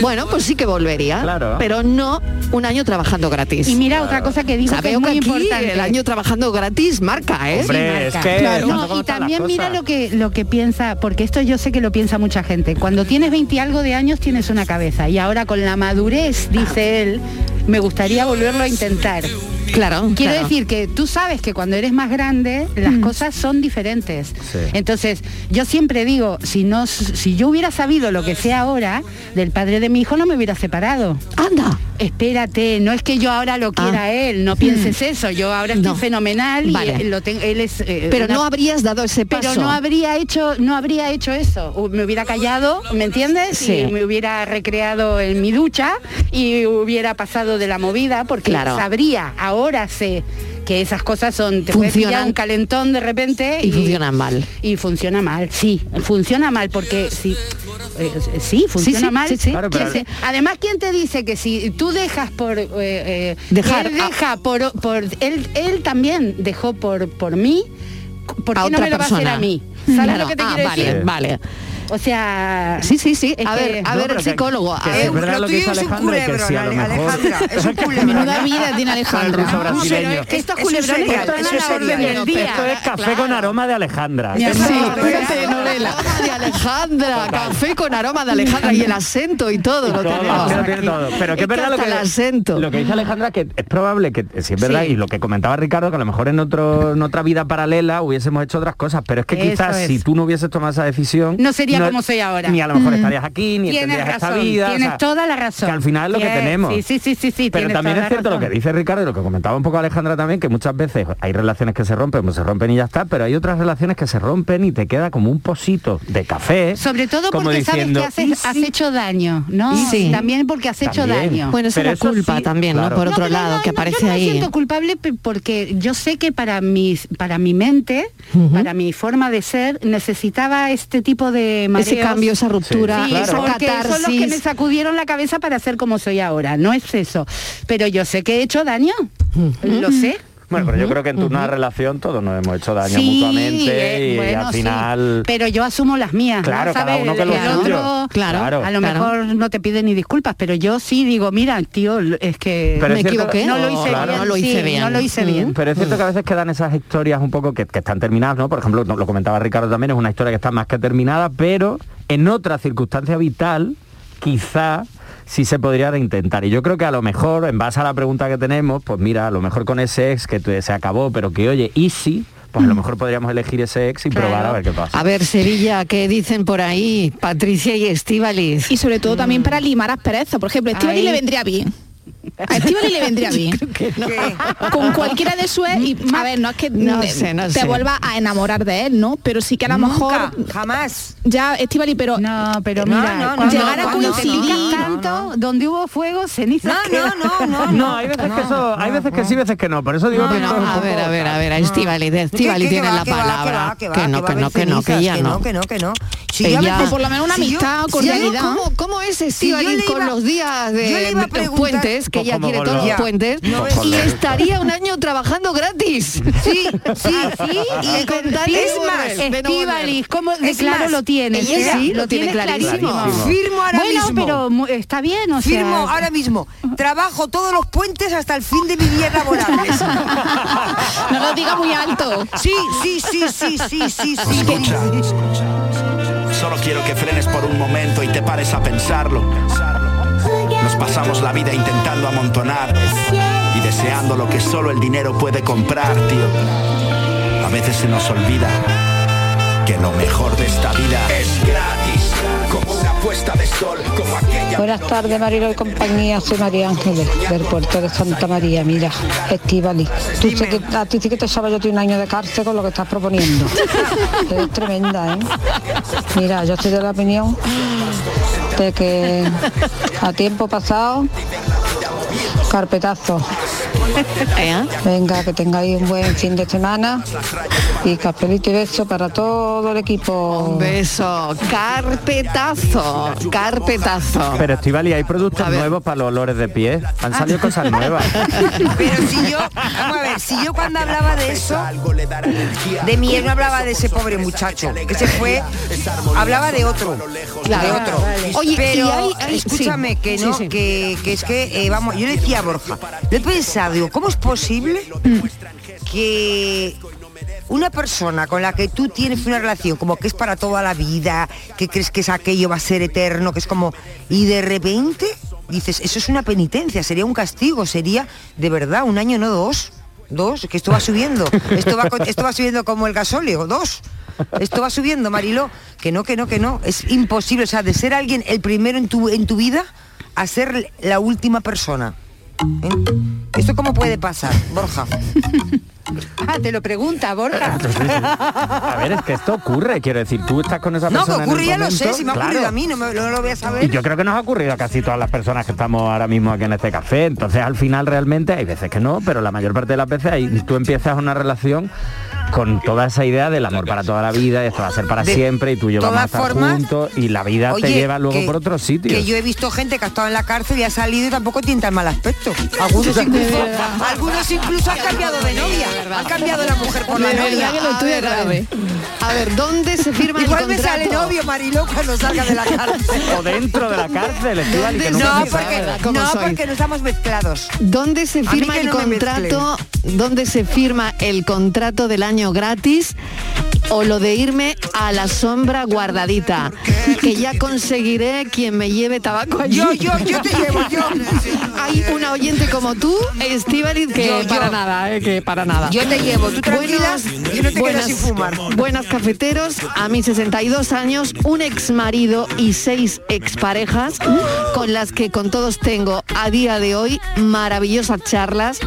Speaker 10: bueno, pues sí que volvería,
Speaker 15: Claro.
Speaker 10: pero no un año trabajando gratis.
Speaker 15: Y mira otra cosa que dijo
Speaker 10: Sabemos
Speaker 15: que es muy importante.
Speaker 10: el año trabajando gratis marca, ¿eh?
Speaker 11: Hombre,
Speaker 15: marca.
Speaker 11: es que
Speaker 15: Claro.
Speaker 11: tanto
Speaker 15: No,
Speaker 11: como
Speaker 15: y
Speaker 11: están las
Speaker 15: también mira
Speaker 11: cosas.
Speaker 15: lo que lo que piensa, porque esto yo sé que lo piensa mucha gente. Cuando tienes 20 y algo de años tienes una cabeza y ahora con la madurez, dice él, me gustaría volverlo a intentar.
Speaker 10: Claro.
Speaker 15: Quiero
Speaker 10: claro. Mm.
Speaker 15: decir que tú sabes que cuando eres más grande las cosas son diferentes.
Speaker 10: Sí.
Speaker 15: Entonces, yo siempre digo, si no si yo hubiera sabido lo que sé ahora del padre de mi hijo no me hubiera separado.
Speaker 10: Anda. Ah.
Speaker 15: Espérate, no es que yo ahora lo quiera él, no pienses eso, yo ahora estoy fenomenal
Speaker 10: Mm. Vale.
Speaker 15: y eh, lo tengo él es eh,
Speaker 10: Pero
Speaker 15: una-
Speaker 10: no habrías dado ese paso.
Speaker 15: pero no habría hecho no habría hecho eso U- me hubiera callado me entiendes
Speaker 10: Sí.
Speaker 15: y me hubiera recreado en mi ducha y hubiera pasado de la movida porque
Speaker 10: Claro.
Speaker 15: sabría ahora sé que esas cosas son te puedes pillar
Speaker 10: Funcionan.
Speaker 15: un calentón de repente
Speaker 10: Y funcionan mal.
Speaker 15: y funciona mal sí funciona mal porque sí eh, sí funciona
Speaker 10: sí,
Speaker 15: mal
Speaker 10: sí, sí.
Speaker 11: Claro, pero-
Speaker 15: ¿Quién se- además quién te dice que si tú dejas por eh, eh,
Speaker 10: Dejar
Speaker 15: él
Speaker 11: ah.
Speaker 10: a-
Speaker 15: deja por por él él también dejó por por mí ¿por
Speaker 10: A
Speaker 15: qué no
Speaker 10: otra
Speaker 15: me lo va a hacer
Speaker 10: persona.
Speaker 15: a mí? ¿Sabes
Speaker 10: Claro.
Speaker 15: lo que te
Speaker 10: Ah,
Speaker 15: quiero
Speaker 10: vale,
Speaker 15: decir?
Speaker 10: vale.
Speaker 15: O sea...
Speaker 10: Sí, sí, sí.
Speaker 15: es
Speaker 10: A ver, a
Speaker 15: No,
Speaker 10: ver,
Speaker 15: pero que-
Speaker 10: psicólogo.
Speaker 15: que
Speaker 10: a
Speaker 15: es
Speaker 10: ver.
Speaker 11: verdad lo que dice Alejandra, que sí, a lo mejor-
Speaker 10: Menuda vida tiene
Speaker 11: Alejandra. Con el ruso brasileño.
Speaker 15: pero es que estos
Speaker 11: Eso es
Speaker 15: culebrones
Speaker 11: serial,
Speaker 15: están
Speaker 11: eso
Speaker 15: a
Speaker 11: es
Speaker 15: la orden
Speaker 11: serial.
Speaker 15: del
Speaker 11: Esto
Speaker 15: día.
Speaker 11: es café con aroma de Alejandra.
Speaker 10: Sí,
Speaker 11: Esto es
Speaker 10: fíjate, Norela. De Alejandra, café con aroma de Alejandra y el acento y todo lo
Speaker 11: todo,
Speaker 10: tenemos.
Speaker 11: lo tiene todo. Pero que
Speaker 10: que
Speaker 11: es verdad lo
Speaker 10: hasta
Speaker 11: que,
Speaker 10: el acento.
Speaker 11: lo que dice Alejandra, que es probable que, sí, es verdad, y lo que comentaba Ricardo, que a lo mejor en, otro, en otra vida paralela hubiésemos hecho otras cosas, pero es que
Speaker 15: Eso
Speaker 11: quizás
Speaker 15: es.
Speaker 11: si tú no hubieses tomado esa decisión,
Speaker 15: No sería sería
Speaker 11: no-
Speaker 15: como soy ahora.
Speaker 11: Ni a lo mejor
Speaker 15: Mm.
Speaker 11: estarías aquí, ni
Speaker 15: tienes
Speaker 11: tendrías
Speaker 15: razón,
Speaker 11: esta vida. o
Speaker 15: Tienes
Speaker 11: sea,
Speaker 15: toda la razón.
Speaker 11: que al final es lo que
Speaker 15: Tienes-
Speaker 11: tenemos.
Speaker 15: Sí, sí, sí, sí, sí.
Speaker 11: Pero
Speaker 15: tienes
Speaker 11: también
Speaker 15: toda
Speaker 11: es
Speaker 15: la
Speaker 11: cierto lo que
Speaker 15: razón.
Speaker 11: dice Ricardo y lo que comentaba un poco Alejandra también, que muchas veces hay relaciones que se rompen, pues se rompen y ya está, pero hay otras relaciones que se rompen y te queda como un posito de café.
Speaker 15: Sobre todo
Speaker 11: como
Speaker 15: porque
Speaker 11: diciendo,
Speaker 15: sabes que haces- has hecho daño, ¿no?
Speaker 10: Sí.
Speaker 15: También porque has hecho
Speaker 11: También.
Speaker 15: daño.
Speaker 10: Bueno, es
Speaker 11: Pero
Speaker 10: la
Speaker 11: eso
Speaker 10: culpa
Speaker 11: sí,
Speaker 10: también,
Speaker 11: claro.
Speaker 10: ¿no? Por
Speaker 11: No,
Speaker 10: otro
Speaker 11: pero
Speaker 10: lado, que
Speaker 15: yo
Speaker 10: aparece
Speaker 15: no me
Speaker 10: ahí.
Speaker 15: siento culpable pe- porque yo sé que para mi, para mi mente, para mi forma de ser, necesitaba este tipo de mareos.
Speaker 10: cambio, esa ruptura,
Speaker 15: Sí,
Speaker 10: esa
Speaker 15: porque son los que
Speaker 10: catarsis.
Speaker 15: me sacudieron la cabeza para ser como soy ahora. No es eso. Pero yo sé que he hecho daño. Lo sé.
Speaker 11: Bueno, pero yo creo que en tu una relación todos nos hemos hecho daño
Speaker 15: Sí,
Speaker 11: mutuamente
Speaker 15: eh,
Speaker 11: y
Speaker 15: bueno,
Speaker 11: al
Speaker 15: sí.
Speaker 11: final...
Speaker 15: Pero yo asumo las mías.
Speaker 11: Claro,
Speaker 15: ¿no?
Speaker 11: cada
Speaker 15: ¿Sabes?
Speaker 11: uno que lo
Speaker 15: El
Speaker 11: suyo.
Speaker 15: otro,
Speaker 11: Claro,
Speaker 15: a lo
Speaker 11: claro.
Speaker 15: mejor no te pide ni disculpas, pero yo sí digo, mira, tío, l- es que
Speaker 11: Pero es cierto-
Speaker 15: Eh, No lo hice bien. sí, No lo hice bien.
Speaker 11: Mm. Pero es cierto que a veces quedan esas historias un poco que, que están terminadas, ¿no? Por ejemplo, lo lo comentaba Ricardo también, es una historia que está más que terminada, pero en otra circunstancia vital, quizá sí se podría reintentar. Y yo creo que a lo mejor, en base a la pregunta que tenemos, pues mira, a lo mejor con ese ex que te- se acabó, pero que oye, y si, pues
Speaker 15: Mm.
Speaker 11: a lo mejor podríamos elegir ese ex y probar a ver qué pasa.
Speaker 10: A ver, Sevilla, ¿qué dicen por ahí? Patricia y Estíbaliz.
Speaker 14: Y sobre todo también para limar asperezas. Por ejemplo, a Estivali le vendría bien. A Estivali le vendría bien. Con cualquiera de su ex, y, a ver, no es que
Speaker 10: No
Speaker 14: te,
Speaker 10: sé, no
Speaker 14: te
Speaker 10: sé.
Speaker 14: vuelvas a enamorar de él, ¿no? Pero sí que a lo
Speaker 12: Nunca,
Speaker 14: mejor... Jamás. Ya, Estivali, pero...
Speaker 15: No, pero
Speaker 14: No,
Speaker 15: mira,
Speaker 14: no, no,
Speaker 15: cuando-
Speaker 14: llegar a
Speaker 10: Ah,
Speaker 15: cuando te
Speaker 14: coincidir-
Speaker 15: picas tanto, donde hubo fuego, cenizas.
Speaker 12: No, no, no,
Speaker 11: No, hay veces que eso, hay veces que sí, veces que no, por eso digo que esto es un
Speaker 10: a
Speaker 11: poco-
Speaker 10: ver, a ver, a ver, a Estíbaliz, Estíbaliz tiene la palabra. Que no, que no, que no, que ya no.
Speaker 12: Que no, que no.
Speaker 10: Ella-
Speaker 12: veces-
Speaker 10: Por lo menos una
Speaker 12: si yo-
Speaker 10: amistad,
Speaker 12: si yo-
Speaker 10: cordialidad. Estíbaliz
Speaker 12: yo le
Speaker 10: con
Speaker 12: iba-
Speaker 10: los días de
Speaker 12: yo le iba a
Speaker 10: los
Speaker 12: preguntar-
Speaker 10: puentes, que
Speaker 12: Pues
Speaker 10: ella
Speaker 12: como
Speaker 10: quiere
Speaker 12: con
Speaker 10: todos
Speaker 12: los-
Speaker 10: los
Speaker 12: Ya.
Speaker 10: puentes,
Speaker 12: No ves-
Speaker 10: y estaría un año trabajando gratis.
Speaker 12: Sí, sí, sí.
Speaker 10: Y con tal de
Speaker 15: es
Speaker 10: no
Speaker 15: más,
Speaker 10: volver, de no volver.
Speaker 15: Estíbaliz, ¿cómo de
Speaker 10: Es
Speaker 15: claro
Speaker 10: más,
Speaker 15: lo tienes?
Speaker 10: ella
Speaker 15: ¿eh?
Speaker 10: sí, lo tiene
Speaker 15: tienes
Speaker 10: clarísimo.
Speaker 12: Firmo ahora
Speaker 15: bueno,
Speaker 12: mismo.
Speaker 15: pero mu- está bien, o sea...
Speaker 12: Firmo ahora mismo. Trabajo todos los puentes hasta el fin de mi día laborable.
Speaker 14: No lo diga muy alto.
Speaker 12: Sí, sí, sí, sí, sí, sí, sí.
Speaker 18: Escucha, Solo quiero que frenes por un momento y te pares a pensarlo. Nos pasamos la vida intentando amontonar y deseando lo que solo el dinero puede comprar, tío. A veces se nos olvida que lo mejor de esta vida es gratis, como una puesta de sol, como aquella.
Speaker 19: Buenas tardes, Marilo y compañía. Soy María Ángeles, del puerto de Santa María. Mira, Estivali, tú sí que, a ti sí que te sabes yo tengo un año de cárcel con lo que estás proponiendo. Es tremenda, ¿eh? Mira, yo estoy de la opinión de que a tiempo pasado, carpetazo.
Speaker 10: ¿Eh?
Speaker 19: Venga, que tengáis un buen fin de semana y capelito y beso para todo el equipo.
Speaker 10: Un beso, carpetazo, carpetazo.
Speaker 11: Pero Estivali, hay productos nuevos para los olores de pies. Han salido cosas nuevas.
Speaker 12: Pero si yo, vamos a ver, si yo cuando hablaba de eso, de mi ex no hablaba de ese pobre muchacho, que se fue, hablaba de otro,
Speaker 10: Claro,
Speaker 12: de otro.
Speaker 10: vale. Oye, y
Speaker 12: pero
Speaker 10: hay- hay- sí,
Speaker 12: escúchame que no,
Speaker 10: sí, sí.
Speaker 12: Que, que es que eh, vamos, yo le decía a Borja, le he pensado, digo, ¿cómo es posible
Speaker 10: Mm.
Speaker 12: que una persona con la que tú tienes una relación como que es para toda la vida, que crees que es aquello va a ser eterno, que es como y de repente dices, eso es una penitencia, sería un castigo, sería de verdad un año no dos, dos, que esto va subiendo, esto va co- esto va subiendo como el gasóleo, dos. Esto va subiendo, Mariló, que no, que no, que no, es imposible, o sea, de ser alguien el primero en tu en tu vida a ser la última persona. ¿eh? ¿Esto cómo puede pasar, Borja?
Speaker 15: Ah, te lo pregunta, Borja.
Speaker 11: A ver, es que esto ocurre, quiero decir, tú estás con esa
Speaker 12: No, que
Speaker 11: persona. en el
Speaker 12: ocurre, ya lo sé,
Speaker 11: momento,
Speaker 12: si me ha
Speaker 11: claro.
Speaker 12: ocurrido a mí, no, me- no lo voy a
Speaker 11: Y
Speaker 12: saber.
Speaker 11: yo creo que nos ha ocurrido a casi todas las personas que estamos ahora mismo aquí en este café. Entonces al final realmente hay veces que no, pero la mayor parte de las veces ahí tú empiezas una relación con toda esa idea del amor para toda la vida, y esto va a ser para
Speaker 12: De
Speaker 11: siempre y tú y yo vamos a
Speaker 12: todas
Speaker 11: estar
Speaker 12: formas,
Speaker 11: juntos y la vida te
Speaker 12: Oye,
Speaker 11: lleva luego
Speaker 12: que-
Speaker 11: por otro sitio.
Speaker 12: Que yo he visto gente que ha estado en la cárcel y ha salido y tampoco tiene tan mal aspecto. Algunos
Speaker 11: De
Speaker 12: incluso,
Speaker 11: verdad.
Speaker 12: algunos incluso han cambiado de novia. Han cambiado la mujer por la
Speaker 10: De verdad
Speaker 12: novia.
Speaker 10: que lo tuyo es grave. A ver, ¿dónde se firma el
Speaker 12: Igual me
Speaker 10: contrato?
Speaker 12: sale novio, Mariló, cuando salga de la cárcel.
Speaker 11: O dentro de la cárcel, Estíbaliz, que nunca
Speaker 12: No,
Speaker 11: se
Speaker 12: porque,
Speaker 11: sabe.
Speaker 12: no porque no estamos mezclados.
Speaker 10: ¿Dónde se
Speaker 12: A mí
Speaker 10: firma
Speaker 12: que
Speaker 10: el
Speaker 12: no me
Speaker 10: contrato? ¿Dónde se firma el contrato del año gratis? o lo de irme a la sombra guardadita, que ya conseguiré quien me lleve tabaco allí.
Speaker 12: Yo, yo, yo te llevo, yo.
Speaker 10: Hay una oyente como tú, Estivaliz, que
Speaker 12: Yo, yo.
Speaker 10: para nada, eh, que para nada.
Speaker 12: Yo te llevo, tú tranquila, yo no te quedo sin fumar.
Speaker 10: Buenas cafeteros, a mis 62 años, un ex marido y seis exparejas, con las que con todos tengo a día de hoy maravillosas charlas.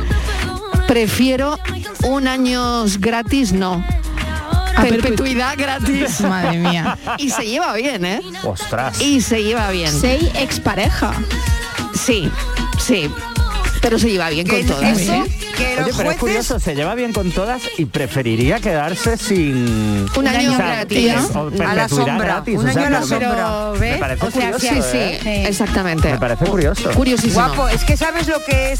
Speaker 10: Prefiero un año gratis, no.
Speaker 15: A
Speaker 10: Perpetuidad
Speaker 15: perpetu-
Speaker 10: gratis.
Speaker 15: Madre mía.
Speaker 10: Y se lleva bien, ¿eh?
Speaker 11: Ostras.
Speaker 10: Y se lleva bien.
Speaker 15: Seis expareja.
Speaker 10: Sí, sí. Pero se lleva bien con todas. ¿eh?
Speaker 11: Oye, pero es curioso, se lleva bien con todas y preferiría quedarse sin...
Speaker 10: Un año
Speaker 11: o sea,
Speaker 10: gratis.
Speaker 11: o
Speaker 10: A la
Speaker 11: perpetuidad
Speaker 10: sombra,
Speaker 11: gratis,
Speaker 10: un
Speaker 11: o sea,
Speaker 10: año a la
Speaker 11: pero-
Speaker 10: sombra.
Speaker 11: Me parece
Speaker 10: O sea,
Speaker 11: curioso,
Speaker 10: sí, sí,
Speaker 11: ¿eh?
Speaker 10: Exactamente.
Speaker 11: Me parece curioso.
Speaker 10: Curiosísimo.
Speaker 12: Guapo, es que sabes lo que es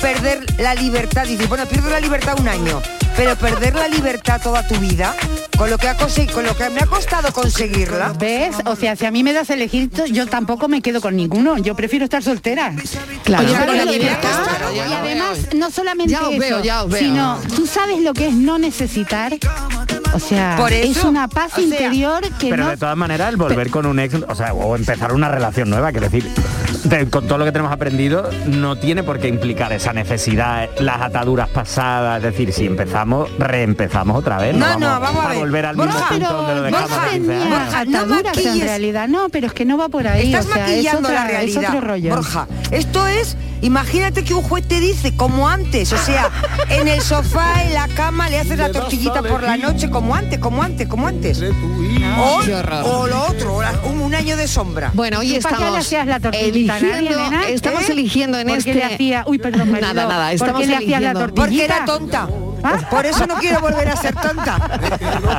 Speaker 12: perder la libertad. Dices, bueno, pierdo la libertad un año, pero perder la libertad toda tu vida, con lo que ha conseguido, con lo que me ha costado conseguirla.
Speaker 15: ¿Ves? O sea, si a mí me das a elegir, to- yo tampoco me quedo con ninguno. Yo prefiero estar soltera.
Speaker 10: Claro.
Speaker 15: Oye,
Speaker 10: Pero
Speaker 15: ¿sabes
Speaker 10: la
Speaker 15: lo que
Speaker 10: libertad-
Speaker 15: pasa?
Speaker 10: Claro, ya
Speaker 15: y
Speaker 10: lo
Speaker 15: además, no solamente
Speaker 10: Ya os
Speaker 15: eso,
Speaker 10: veo, ya os veo.
Speaker 15: sino tú sabes lo que es no necesitar. O sea,
Speaker 10: Por
Speaker 15: es
Speaker 10: eso,
Speaker 15: una paz interior que
Speaker 11: Pero
Speaker 15: no
Speaker 11: de todas maneras, el volver con un ex, o sea, o empezar una relación nueva, que decir, te- con todo lo que tenemos aprendido, no tiene por qué implicar esa necesidad, las ataduras pasadas, es decir, si empezamos, reempezamos otra vez.
Speaker 12: No, no, vamos a ver.
Speaker 11: volver al
Speaker 12: Borja,
Speaker 11: mismo punto
Speaker 12: pero
Speaker 11: donde lo dejamos
Speaker 12: Borja
Speaker 11: hace 15
Speaker 12: tenía-
Speaker 11: años.
Speaker 12: Borja, no
Speaker 15: ataduras en
Speaker 12: maquilles.
Speaker 15: realidad. No, pero es que no va por ahí.
Speaker 12: Estás
Speaker 15: o sea, es
Speaker 12: maquillando
Speaker 15: otra-
Speaker 12: la
Speaker 15: es
Speaker 12: realidad.
Speaker 15: otro rollo.
Speaker 12: Borja, esto es, imagínate que un juez te dice como antes, o sea, en el sofá, en la cama, le haces la tortillita por la noche, como antes, como antes, como antes. O,
Speaker 10: Qué horror.
Speaker 12: o lo otro, o la- un, un año de sombra.
Speaker 10: Bueno, hoy
Speaker 15: ¿Tú para qué le
Speaker 10: estamos
Speaker 15: hacías la tortillita a nadie,
Speaker 10: eligiendo-
Speaker 15: nena?
Speaker 10: estamos
Speaker 15: ¿Eh?
Speaker 10: eligiendo en
Speaker 15: ¿Por qué
Speaker 10: este
Speaker 15: le hacía- uy, perdón, marido,
Speaker 10: nada, nada,
Speaker 15: ¿por
Speaker 10: estamos
Speaker 15: qué le hacías la Ah.
Speaker 10: eligiendo-
Speaker 15: tortilla?
Speaker 12: Porque era tonta.
Speaker 10: ¿Ah?
Speaker 12: Por eso no quiero volver a ser tonta.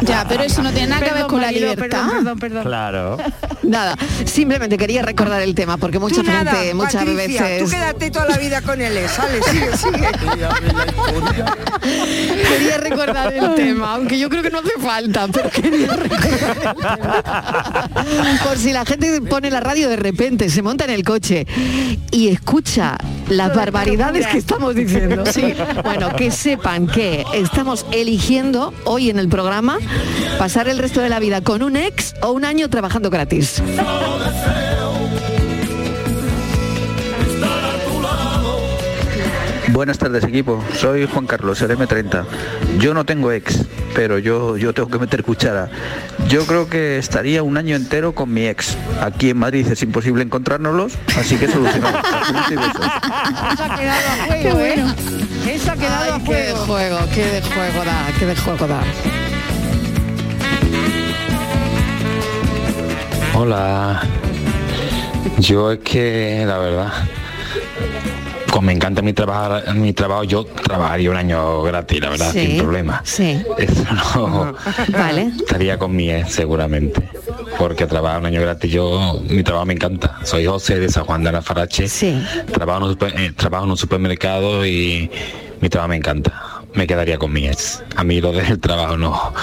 Speaker 14: Ya, pero eso no tiene nada que ver
Speaker 15: Perdón,
Speaker 14: con la
Speaker 15: marido,
Speaker 14: libertad.
Speaker 15: Perdón, perdón, perdón.
Speaker 11: Claro.
Speaker 10: Nada, simplemente quería recordar el tema porque mucha
Speaker 12: Tú nada,
Speaker 10: gente muchas
Speaker 12: Patricia,
Speaker 10: veces
Speaker 12: tú quédate toda la vida con él, eh, sale, sigue, sigue.
Speaker 10: quería recordar el tema, aunque yo creo que no hace falta, pero quería recordar el tema. Por si la gente pone la radio de repente, se monta en el coche y escucha las barbaridades que estamos diciendo. Sí, bueno, que sepan que estamos eligiendo hoy en el programa pasar el resto de la vida con un ex o un año trabajando gratis.
Speaker 4: Buenas tardes equipo, soy Juan Carlos, el M30. Yo no tengo ex, pero yo, yo tengo que meter cuchara. Yo creo que Eh, estaría un año entero con mi ex. Aquí en Madrid es imposible encontrárnoslos, así que solucionamos.
Speaker 10: Eso ha quedado a juego, ¿eh? Eso ha quedado a juego. Qué de juego, qué de juego da, qué de juego da.
Speaker 20: Hola. Yo es que, la verdad, como me encanta mi, trabajar, mi trabajo, yo trabajaría un año gratis, la verdad,
Speaker 10: Sí,
Speaker 20: sin problema.
Speaker 10: Sí.
Speaker 20: Eso no.
Speaker 10: Vale.
Speaker 20: Estaría con mi ex, seguramente. Porque trabajar un año gratis, yo, mi trabajo me encanta. Soy José de San Juan de la Farache. Trabajo en, un super- eh, trabajo en un supermercado y mi trabajo me encanta. Me quedaría con mi ex. A mí lo del trabajo no,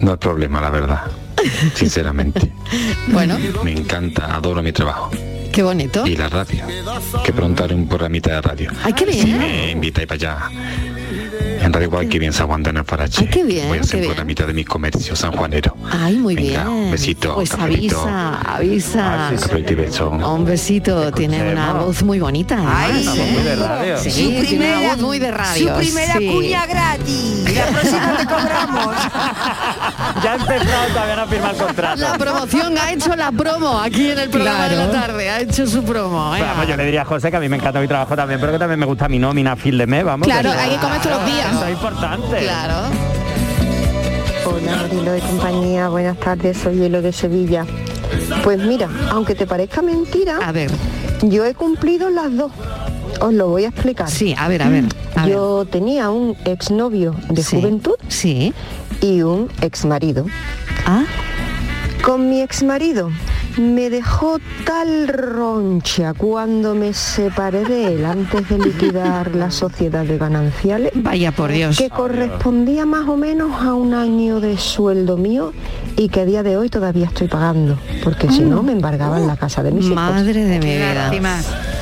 Speaker 20: no es problema, la verdad. Sinceramente.
Speaker 10: Bueno,
Speaker 20: Me encanta, adoro mi trabajo.
Speaker 10: qué bonito.
Speaker 20: Y la radio. Que pronto haré un programita de radio.
Speaker 10: Ay, qué
Speaker 20: Si
Speaker 10: bien.
Speaker 20: me invitáis para allá. En Radio Guadalquivir, bien San Juan de Nafarache.
Speaker 10: Ay, Ah, qué bien,
Speaker 20: Voy a
Speaker 10: qué
Speaker 20: hacer un
Speaker 10: bien.
Speaker 20: programita de mis comercios sanjuanero.
Speaker 10: Ay, muy
Speaker 20: Venga,
Speaker 10: bien.
Speaker 20: un besito,
Speaker 10: Pues
Speaker 20: cafelito. Ah,
Speaker 10: avisa, avisa.
Speaker 20: Cafelito y beso.
Speaker 10: Un besito, tiene una voz muy bonita. además,
Speaker 20: una voz
Speaker 10: ¿eh?
Speaker 20: muy de radio.
Speaker 10: Sí,
Speaker 20: Su
Speaker 10: tiene una voz muy de radio.
Speaker 12: Su primera
Speaker 10: sí.
Speaker 12: cuña gratis. La próxima te cobramos.
Speaker 11: Ya ha empezado todavía no ha firmado el contrato.
Speaker 10: La promoción ha hecho la promo aquí en el programa de la
Speaker 11: Claro.
Speaker 10: tarde, ha hecho su promo. ¿eh?
Speaker 11: Pero, vamos, yo le diría a José que a mí me encanta mi trabajo también, pero que también me gusta mi nómina, fin de mes, vamos.
Speaker 10: Claro,
Speaker 11: que-
Speaker 10: hay que comer todos los días.
Speaker 11: Eso es importante.
Speaker 10: Claro.
Speaker 21: Hola Marilo y compañía, buenas tardes, soy Hielo de Sevilla. Pues mira, aunque te parezca mentira,
Speaker 10: a ver.
Speaker 21: yo he cumplido las dos. Os lo voy a explicar.
Speaker 10: Sí, a ver, a ver. a ver.
Speaker 21: yo tenía un exnovio de
Speaker 10: Sí, Ah.
Speaker 21: juventud y un exmarido. Con mi exmarido me dejó tal roncha cuando me separé de él antes de liquidar la sociedad de gananciales.
Speaker 10: Vaya por Dios.
Speaker 21: Que correspondía más o menos a un año de sueldo mío y que a día de hoy todavía estoy pagando, porque si no me embargaban la casa de mis hijos.
Speaker 10: Madre de mi vida.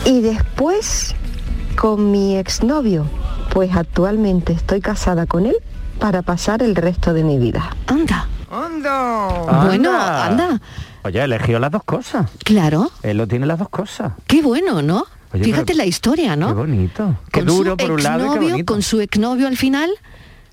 Speaker 21: Y después con mi exnovio, pues actualmente estoy casada con él para pasar el resto de mi vida.
Speaker 10: Anda.
Speaker 12: Leopoldo.
Speaker 10: Bueno, anda.
Speaker 11: Oye, eligió las dos cosas.
Speaker 10: Claro.
Speaker 11: Él lo tiene las dos cosas.
Speaker 10: Qué bueno, ¿no?
Speaker 11: Oye,
Speaker 10: Fíjate
Speaker 11: pero-
Speaker 10: la historia, ¿no?
Speaker 11: Qué bonito. Qué
Speaker 10: Con su
Speaker 11: duro por un lado y qué
Speaker 10: exnovio,
Speaker 11: bonito.
Speaker 10: Con su exnovio al final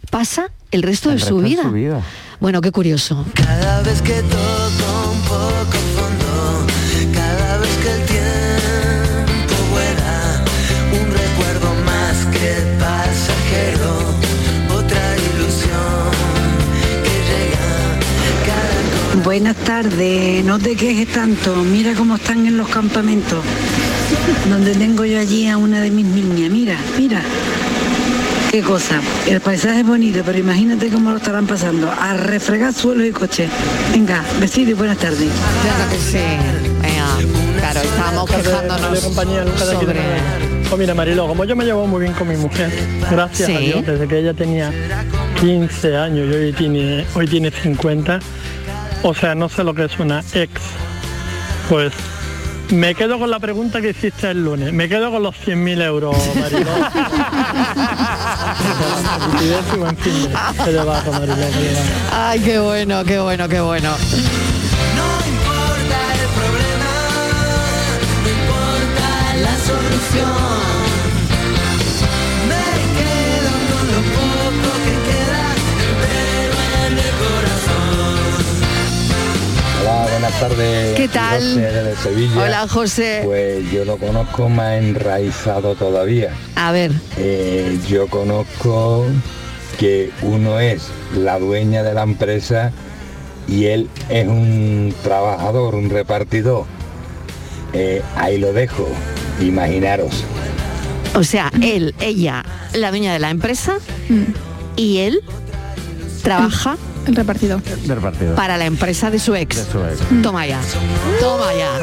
Speaker 10: pasa el resto,
Speaker 11: El
Speaker 10: de, su
Speaker 11: resto de
Speaker 10: vida.
Speaker 11: su vida.
Speaker 10: Bueno, qué curioso.
Speaker 8: Cada vez que toco un poco fondo, cada vez que el tiempo vuela, un recuerdo más que pasajero, otra ilusión que llega cada
Speaker 2: Buenas tardes, no te quejes tanto, mira cómo están en los campamentos, donde tengo yo allí a una de mis niñas, mira, mira, qué cosa, el paisaje es bonito, pero imagínate cómo lo estarán pasando, a refregar suelo y coche. Venga, besitos y buenas tardes.
Speaker 10: Claro que sí. claro, estábamos quejándonos sobre...
Speaker 22: Pues mira, Marilo, como yo me llevo muy bien con mi mujer, gracias a
Speaker 10: Sí.
Speaker 22: Dios, desde que ella tenía 15 años y hoy tiene, hoy tiene 50, o sea, no sé lo que es una ex. Pues me quedo con la pregunta que hiciste el lunes, me quedo con los 100.000 euros, Marilo. Estupidez y buen fin de- Te debajo, Marilo, te debajo.
Speaker 10: Ay, qué bueno, qué bueno, qué bueno.
Speaker 8: importa la solución. Me quedo con lo poco que queda, pero en el corazón.
Speaker 23: Hola, buenas tardes.
Speaker 10: ¿Qué tal?
Speaker 23: José, desde Sevilla.
Speaker 10: Hola, José.
Speaker 23: Pues yo lo conozco más enraizado todavía.
Speaker 10: A ver.
Speaker 23: Eh, yo conozco que uno es la dueña de la empresa y él es un trabajador, un repartidor. Eh, ahí lo dejo, imaginaros.
Speaker 10: O sea, él, ella, la dueña de la empresa y él trabaja
Speaker 14: El repartidor.
Speaker 11: Del partido.
Speaker 10: para la empresa de su ex.
Speaker 11: De su ex.
Speaker 10: Toma ya. Toma ya.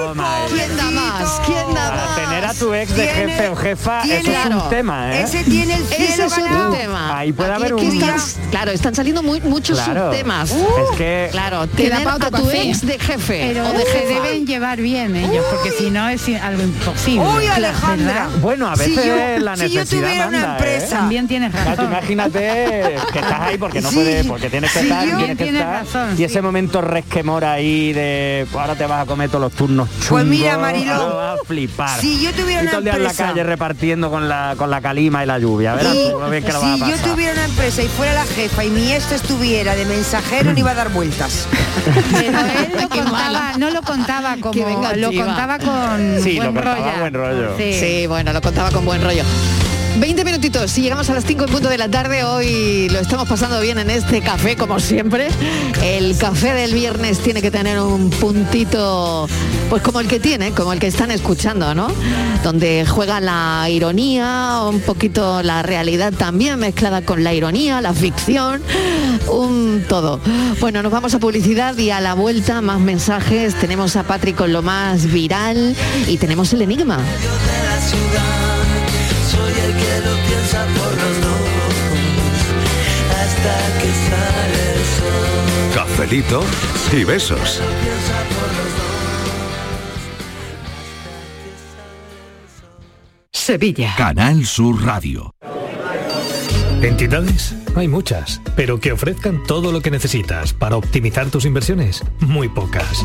Speaker 10: ¿Quién da más? ¿Quién da
Speaker 11: Para
Speaker 10: más?
Speaker 11: tener a tu ex de
Speaker 10: Tiene-
Speaker 11: jefe o jefa,
Speaker 10: tiene-
Speaker 11: eso es
Speaker 10: Claro.
Speaker 11: un tema, ¿eh?
Speaker 10: Ese es otro tema.
Speaker 11: Ahí puede
Speaker 10: Aquí
Speaker 11: haber
Speaker 10: es que
Speaker 11: un...
Speaker 10: están- claro, están saliendo muy- muchos
Speaker 11: Claro.
Speaker 10: subtemas.
Speaker 11: Es que-
Speaker 10: Claro,
Speaker 15: Que da
Speaker 10: tener
Speaker 15: pa'
Speaker 10: a
Speaker 15: otro
Speaker 10: tu
Speaker 15: café.
Speaker 10: ex de jefe
Speaker 15: Pero
Speaker 10: o de
Speaker 15: se
Speaker 10: jefa.
Speaker 15: deben llevar bien ellos, porque si no es algo imposible.
Speaker 12: Uy, Alejandra.
Speaker 15: ¿verdad?
Speaker 11: Bueno, a
Speaker 12: Si
Speaker 11: veces
Speaker 12: yo-
Speaker 11: la
Speaker 12: si yo
Speaker 11: necesidad
Speaker 12: tuviera una
Speaker 11: manda, ¿eh?
Speaker 12: empresa.
Speaker 15: También tienes
Speaker 11: O sea, tú
Speaker 15: razón.
Speaker 11: imagínate que estás ahí porque no
Speaker 15: Sí.
Speaker 11: puedes, porque tienes que
Speaker 15: Sí,
Speaker 11: estar, y
Speaker 15: yo-
Speaker 11: tienes que
Speaker 15: tienes
Speaker 11: estar.
Speaker 15: razón,
Speaker 11: y ese momento resquemor ahí de pues, ahora te vas a comer todos los turnos chungos.
Speaker 12: Pues mira, Mariló,
Speaker 11: ahora vas a flipar.
Speaker 12: si yo tuviera
Speaker 11: Y todo el
Speaker 12: una
Speaker 11: día en la
Speaker 12: empresa-
Speaker 11: calle repartiendo con la con la calima y la lluvia, verás
Speaker 12: Y
Speaker 11: tú lo bien que lo vas
Speaker 12: si
Speaker 11: a
Speaker 12: yo
Speaker 11: pasar.
Speaker 12: tuviera una empresa y fuera la jefa y mi esto estuviera de
Speaker 10: Mm.
Speaker 12: mensajero, no iba a dar vueltas.
Speaker 15: No contaba- no lo contaba como lo
Speaker 10: vengativa.
Speaker 15: contaba con
Speaker 11: Sí, lo
Speaker 15: buen
Speaker 11: contaba
Speaker 15: rollo.
Speaker 11: buen rollo.
Speaker 10: Sí. bueno, lo contaba con buen rollo. 20 minutitos, si llegamos a las 5 en punto de la tarde, hoy lo estamos pasando bien en este café, como siempre. El café del viernes tiene que tener un puntito, pues como el que tiene, como el que están escuchando, ¿no? Donde juega la ironía, un poquito la realidad también mezclada con la ironía, la ficción, un todo. Bueno, nos vamos a publicidad y a la vuelta más mensajes. Tenemos a Patrick con lo más viral y tenemos el enigma.
Speaker 8: de la ciudad. Soy el que lo piensa por los dos hasta que sale el sol.
Speaker 24: Cafelito y besos.
Speaker 25: Sevilla.
Speaker 24: Canal Sur Radio.
Speaker 7: ¿Entidades? Hay muchas, pero que ofrezcan todo lo que necesitas para optimizar tus inversiones, muy pocas.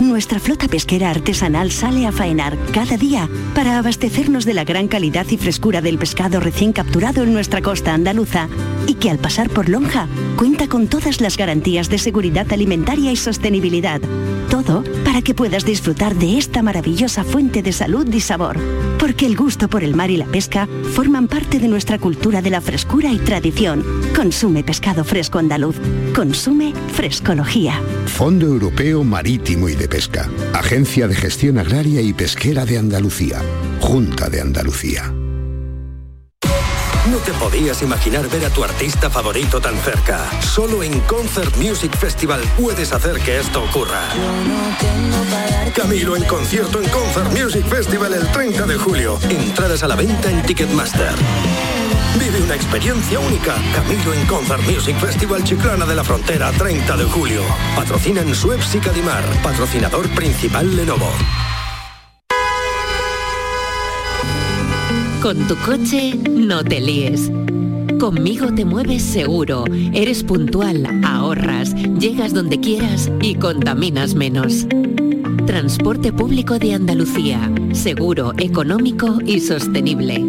Speaker 26: nuestra flota pesquera artesanal sale a faenar cada día para abastecernos de la gran calidad y frescura del pescado recién capturado en nuestra costa andaluza y que al pasar por Lonja cuenta con todas las garantías de seguridad alimentaria y sostenibilidad. Todo para que puedas disfrutar de esta maravillosa fuente de salud y sabor. Porque el gusto por el mar y la pesca forman parte de nuestra cultura de la frescura y tradición. Consume pescado fresco andaluz. Consume frescología.
Speaker 5: Fondo Europeo Marítimo y de Pesca. Agencia de Gestión Agraria y Pesquera de Andalucía. Junta de Andalucía.
Speaker 6: No te podías imaginar ver a tu artista favorito tan cerca. Solo en Concert Music Festival puedes hacer que esto ocurra. Camilo en concierto en Concert Music Festival el 30 de julio. Entradas a la venta en Ticketmaster. Vive una experiencia única. Camilo en Concert Music Festival Chiclana de la Frontera 30 de julio. Patrocinan Suez y Cadimar. Patrocinador principal Lenovo.
Speaker 3: Con tu coche no te líes. Conmigo te mueves seguro, eres puntual, ahorras, llegas donde quieras y contaminas menos. Transporte público de Andalucía, seguro, económico y sostenible.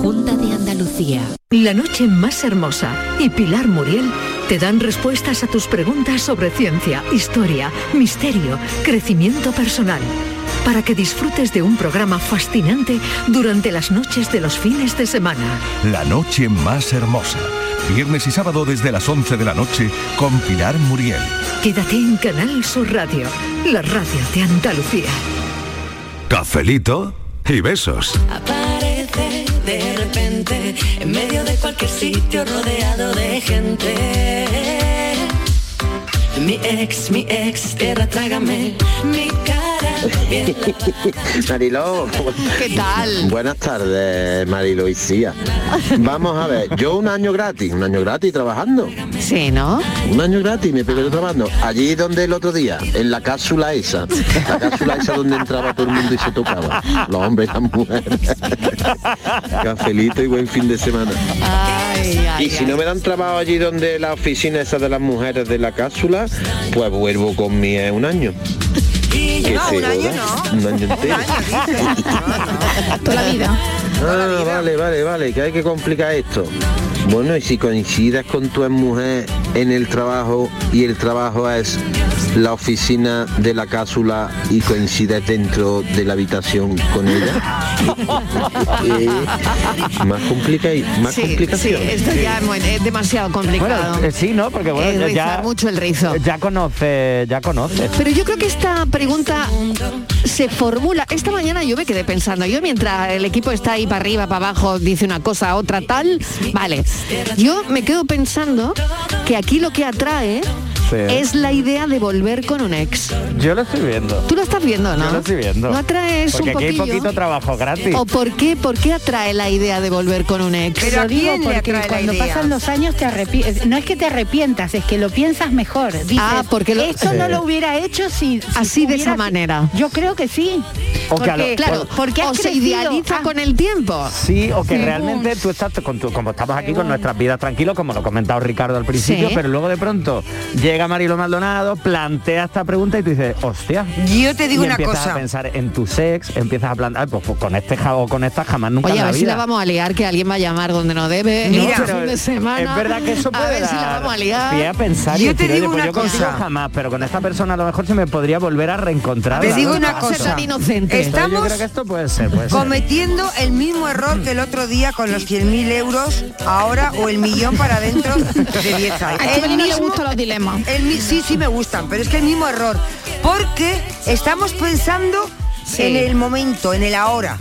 Speaker 3: Junta de Andalucía.
Speaker 25: La noche más hermosa y Pilar Muriel te dan respuestas a tus preguntas sobre ciencia, historia, misterio, crecimiento personal, para que disfrutes de un programa fascinante durante las noches de los fines de semana.
Speaker 24: La noche más hermosa. Viernes y sábado desde las 11 de la noche con Pilar Muriel.
Speaker 25: Quédate en Canal Sur Radio, la radio de Andalucía.
Speaker 24: Cafelito y besos.
Speaker 8: Aparece de repente en medio de cualquier sitio rodeado de gente. Mi ex, mi ex, tierra trágame, mi cara. bien
Speaker 13: Mariló.
Speaker 8: ¿Qué tal?
Speaker 13: Buenas tardes, Mariló y Sia. Vamos a ver, yo un año gratis, un año gratis trabajando.
Speaker 10: Sí, ¿no?
Speaker 13: Un año gratis, me pegué trabajando. Allí donde el otro día, en la cápsula esa. La cápsula esa donde entraba todo el mundo y se tocaba. Los hombres y las mujeres. Cafelito y buen fin de semana. y si no me dan trabajo allí donde la oficina esa de las mujeres de la cápsula, pues vuelvo con mi eh, un año. Que
Speaker 8: No,
Speaker 13: se
Speaker 8: un año
Speaker 13: joda, Un año entero.
Speaker 14: Toda la vida.
Speaker 13: Ah, vale, vale, vale, que hay que complicar esto. Bueno, y si coincidas con tu mujer en el trabajo y el trabajo es la oficina de la cápsula y coincides dentro de la habitación con ella, eh, más complica más
Speaker 10: Sí, sí,
Speaker 13: complicación.
Speaker 10: esto ya es, muy- es demasiado complicado.
Speaker 11: Eh, sí, ¿no? Porque
Speaker 10: Es
Speaker 11: bueno, ya,
Speaker 10: rizar mucho el rizo.
Speaker 11: ya conoce, ya conoce.
Speaker 10: Pero yo creo que esta pregunta se formula. Esta mañana yo me quedé pensando, yo mientras el equipo está ahí para arriba, para abajo, dice una cosa, otra tal, vale. Yo me quedo pensando que aquí lo que atrae
Speaker 11: Sí.
Speaker 10: es la idea de volver con un ex.
Speaker 11: Yo lo estoy viendo.
Speaker 10: Tú lo estás viendo, ¿no?
Speaker 11: Yo lo estoy viendo.
Speaker 10: ¿No atraes
Speaker 11: Porque
Speaker 10: un
Speaker 11: aquí hay
Speaker 10: poquillo?
Speaker 11: poquito trabajo gratis.
Speaker 10: ¿O por qué, por qué atrae la idea de volver con un ex?
Speaker 15: Lo digo porque cuando pasan los años te arrepientes. No es que te arrepientas, es que lo piensas mejor. Dices,
Speaker 10: Ah, porque lo-
Speaker 15: esto no
Speaker 10: Sí.
Speaker 15: lo hubiera hecho si, si
Speaker 10: Así de esa
Speaker 15: hubiera-
Speaker 10: manera.
Speaker 15: Yo creo que sí.
Speaker 11: O que a lo-
Speaker 10: claro,
Speaker 11: o-
Speaker 10: porque Ah.
Speaker 15: has
Speaker 10: o se
Speaker 15: crecido,
Speaker 10: idealiza con el tiempo.
Speaker 11: Sí, o que
Speaker 10: Según.
Speaker 11: realmente tú estás con tu- como estamos aquí con nuestras vidas tranquilos, como lo ha comentado Ricardo al principio,
Speaker 12: Sí.
Speaker 11: pero luego de pronto llega Marilo Maldonado, plantea esta pregunta y tú dices, hostia.
Speaker 12: Yo te digo
Speaker 11: Y
Speaker 12: una
Speaker 11: empiezas
Speaker 12: cosa.
Speaker 11: a pensar en tu sex, empiezas a plantear, pues, pues, con este ja- o con esta jamás nunca
Speaker 10: Oye,
Speaker 11: en
Speaker 10: a
Speaker 11: la
Speaker 10: ver si
Speaker 11: vida.
Speaker 10: la vamos a liar, que alguien va a llamar donde no debe.
Speaker 11: No,
Speaker 10: Mira,
Speaker 11: pero
Speaker 10: fin de
Speaker 11: es-
Speaker 10: semana.
Speaker 11: Es verdad que eso puede
Speaker 10: A ver si la
Speaker 11: dar
Speaker 10: vamos a liar.
Speaker 11: pie a pensar y
Speaker 10: Yo te
Speaker 11: decir, oye,
Speaker 10: digo
Speaker 11: pues
Speaker 10: una
Speaker 11: yo contigo
Speaker 10: cosa.
Speaker 11: jamás, pero con esta persona a lo mejor se me podría volver a reencontrar.
Speaker 12: Te digo
Speaker 11: ¿no?
Speaker 12: una
Speaker 11: Entonces,
Speaker 12: cosa.
Speaker 11: Entonces, Yo
Speaker 12: Estamos
Speaker 11: creo que esto puede ser, puede ser.
Speaker 12: cometiendo el mismo error que el otro día con los 100.000 euros ahora o el millón para dentro de 10 años.
Speaker 14: A Estivali no le gustan
Speaker 12: los dilemas. sí, sí me gustan, pero es que el mismo error. Porque estamos pensando en el momento, en el ahora.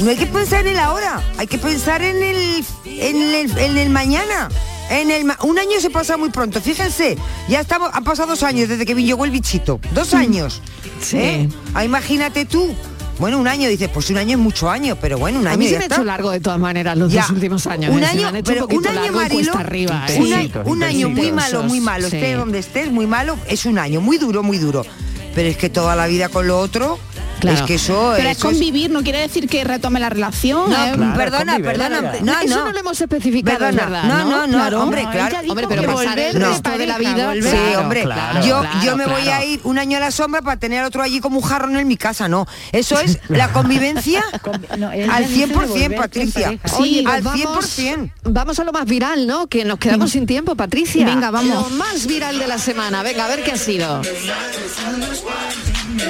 Speaker 12: No hay que pensar en el ahora, hay que pensar en el, en el, en el mañana. En el, ma- un año se pasa muy pronto, fíjense, ya estamos, han pasado dos años desde que vi- llegó el bichito. Dos años.
Speaker 10: Mm. Sí.
Speaker 12: ¿eh? Ah, imagínate tú. Bueno, un año, dices, pues un año es mucho año, pero bueno, un año.
Speaker 10: a mí se
Speaker 12: ya
Speaker 10: me ha
Speaker 12: está.
Speaker 10: hecho largo de todas maneras los
Speaker 12: Ya.
Speaker 10: dos últimos años.
Speaker 12: Un
Speaker 10: eh, se me
Speaker 12: año,
Speaker 10: han hecho
Speaker 12: pero
Speaker 10: un poquito
Speaker 12: un año,
Speaker 10: largo y
Speaker 12: Marilo,
Speaker 10: cuesta arriba. eh.
Speaker 12: un, año- un año muy malo, muy malo.
Speaker 10: Sí.
Speaker 12: Estés donde estés, muy malo, es un año, muy duro, muy duro. Pero es que toda la vida con lo otro, Es que eso,
Speaker 14: Pero es
Speaker 12: eso es-
Speaker 14: convivir, no quiere decir que retome la relación.
Speaker 12: No,
Speaker 14: eh,
Speaker 12: perdona, perdona. No,
Speaker 10: Eso
Speaker 12: no.
Speaker 10: no lo hemos especificado,
Speaker 12: Perdona,
Speaker 10: es verdad,
Speaker 12: no, no, no,
Speaker 10: Claro.
Speaker 12: hombre,
Speaker 10: No,
Speaker 12: claro.
Speaker 10: ella dijo que volver de
Speaker 12: no.
Speaker 10: pareja, volver.
Speaker 12: Sí,
Speaker 10: Claro,
Speaker 12: hombre,
Speaker 10: claro,
Speaker 12: yo,
Speaker 10: claro,
Speaker 12: yo me
Speaker 10: claro.
Speaker 12: voy a ir un año a la sombra para tener al otro allí como un jarrón en mi casa, no. Eso es la convivencia
Speaker 10: ella
Speaker 12: al
Speaker 10: dice de
Speaker 12: 100%,
Speaker 10: volver
Speaker 12: Patricia.
Speaker 10: en pareja.
Speaker 12: Sí,
Speaker 10: Oye, pues
Speaker 12: al
Speaker 10: vamos-
Speaker 12: 100%.
Speaker 10: Vamos a lo más viral, ¿no? Que nos quedamos sin tiempo, Patricia.
Speaker 14: Venga, vamos.
Speaker 10: Lo más viral de la semana. Venga, a ver qué ha sido.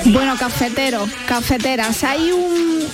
Speaker 14: Bueno, cafeteros, cafeteras, hay un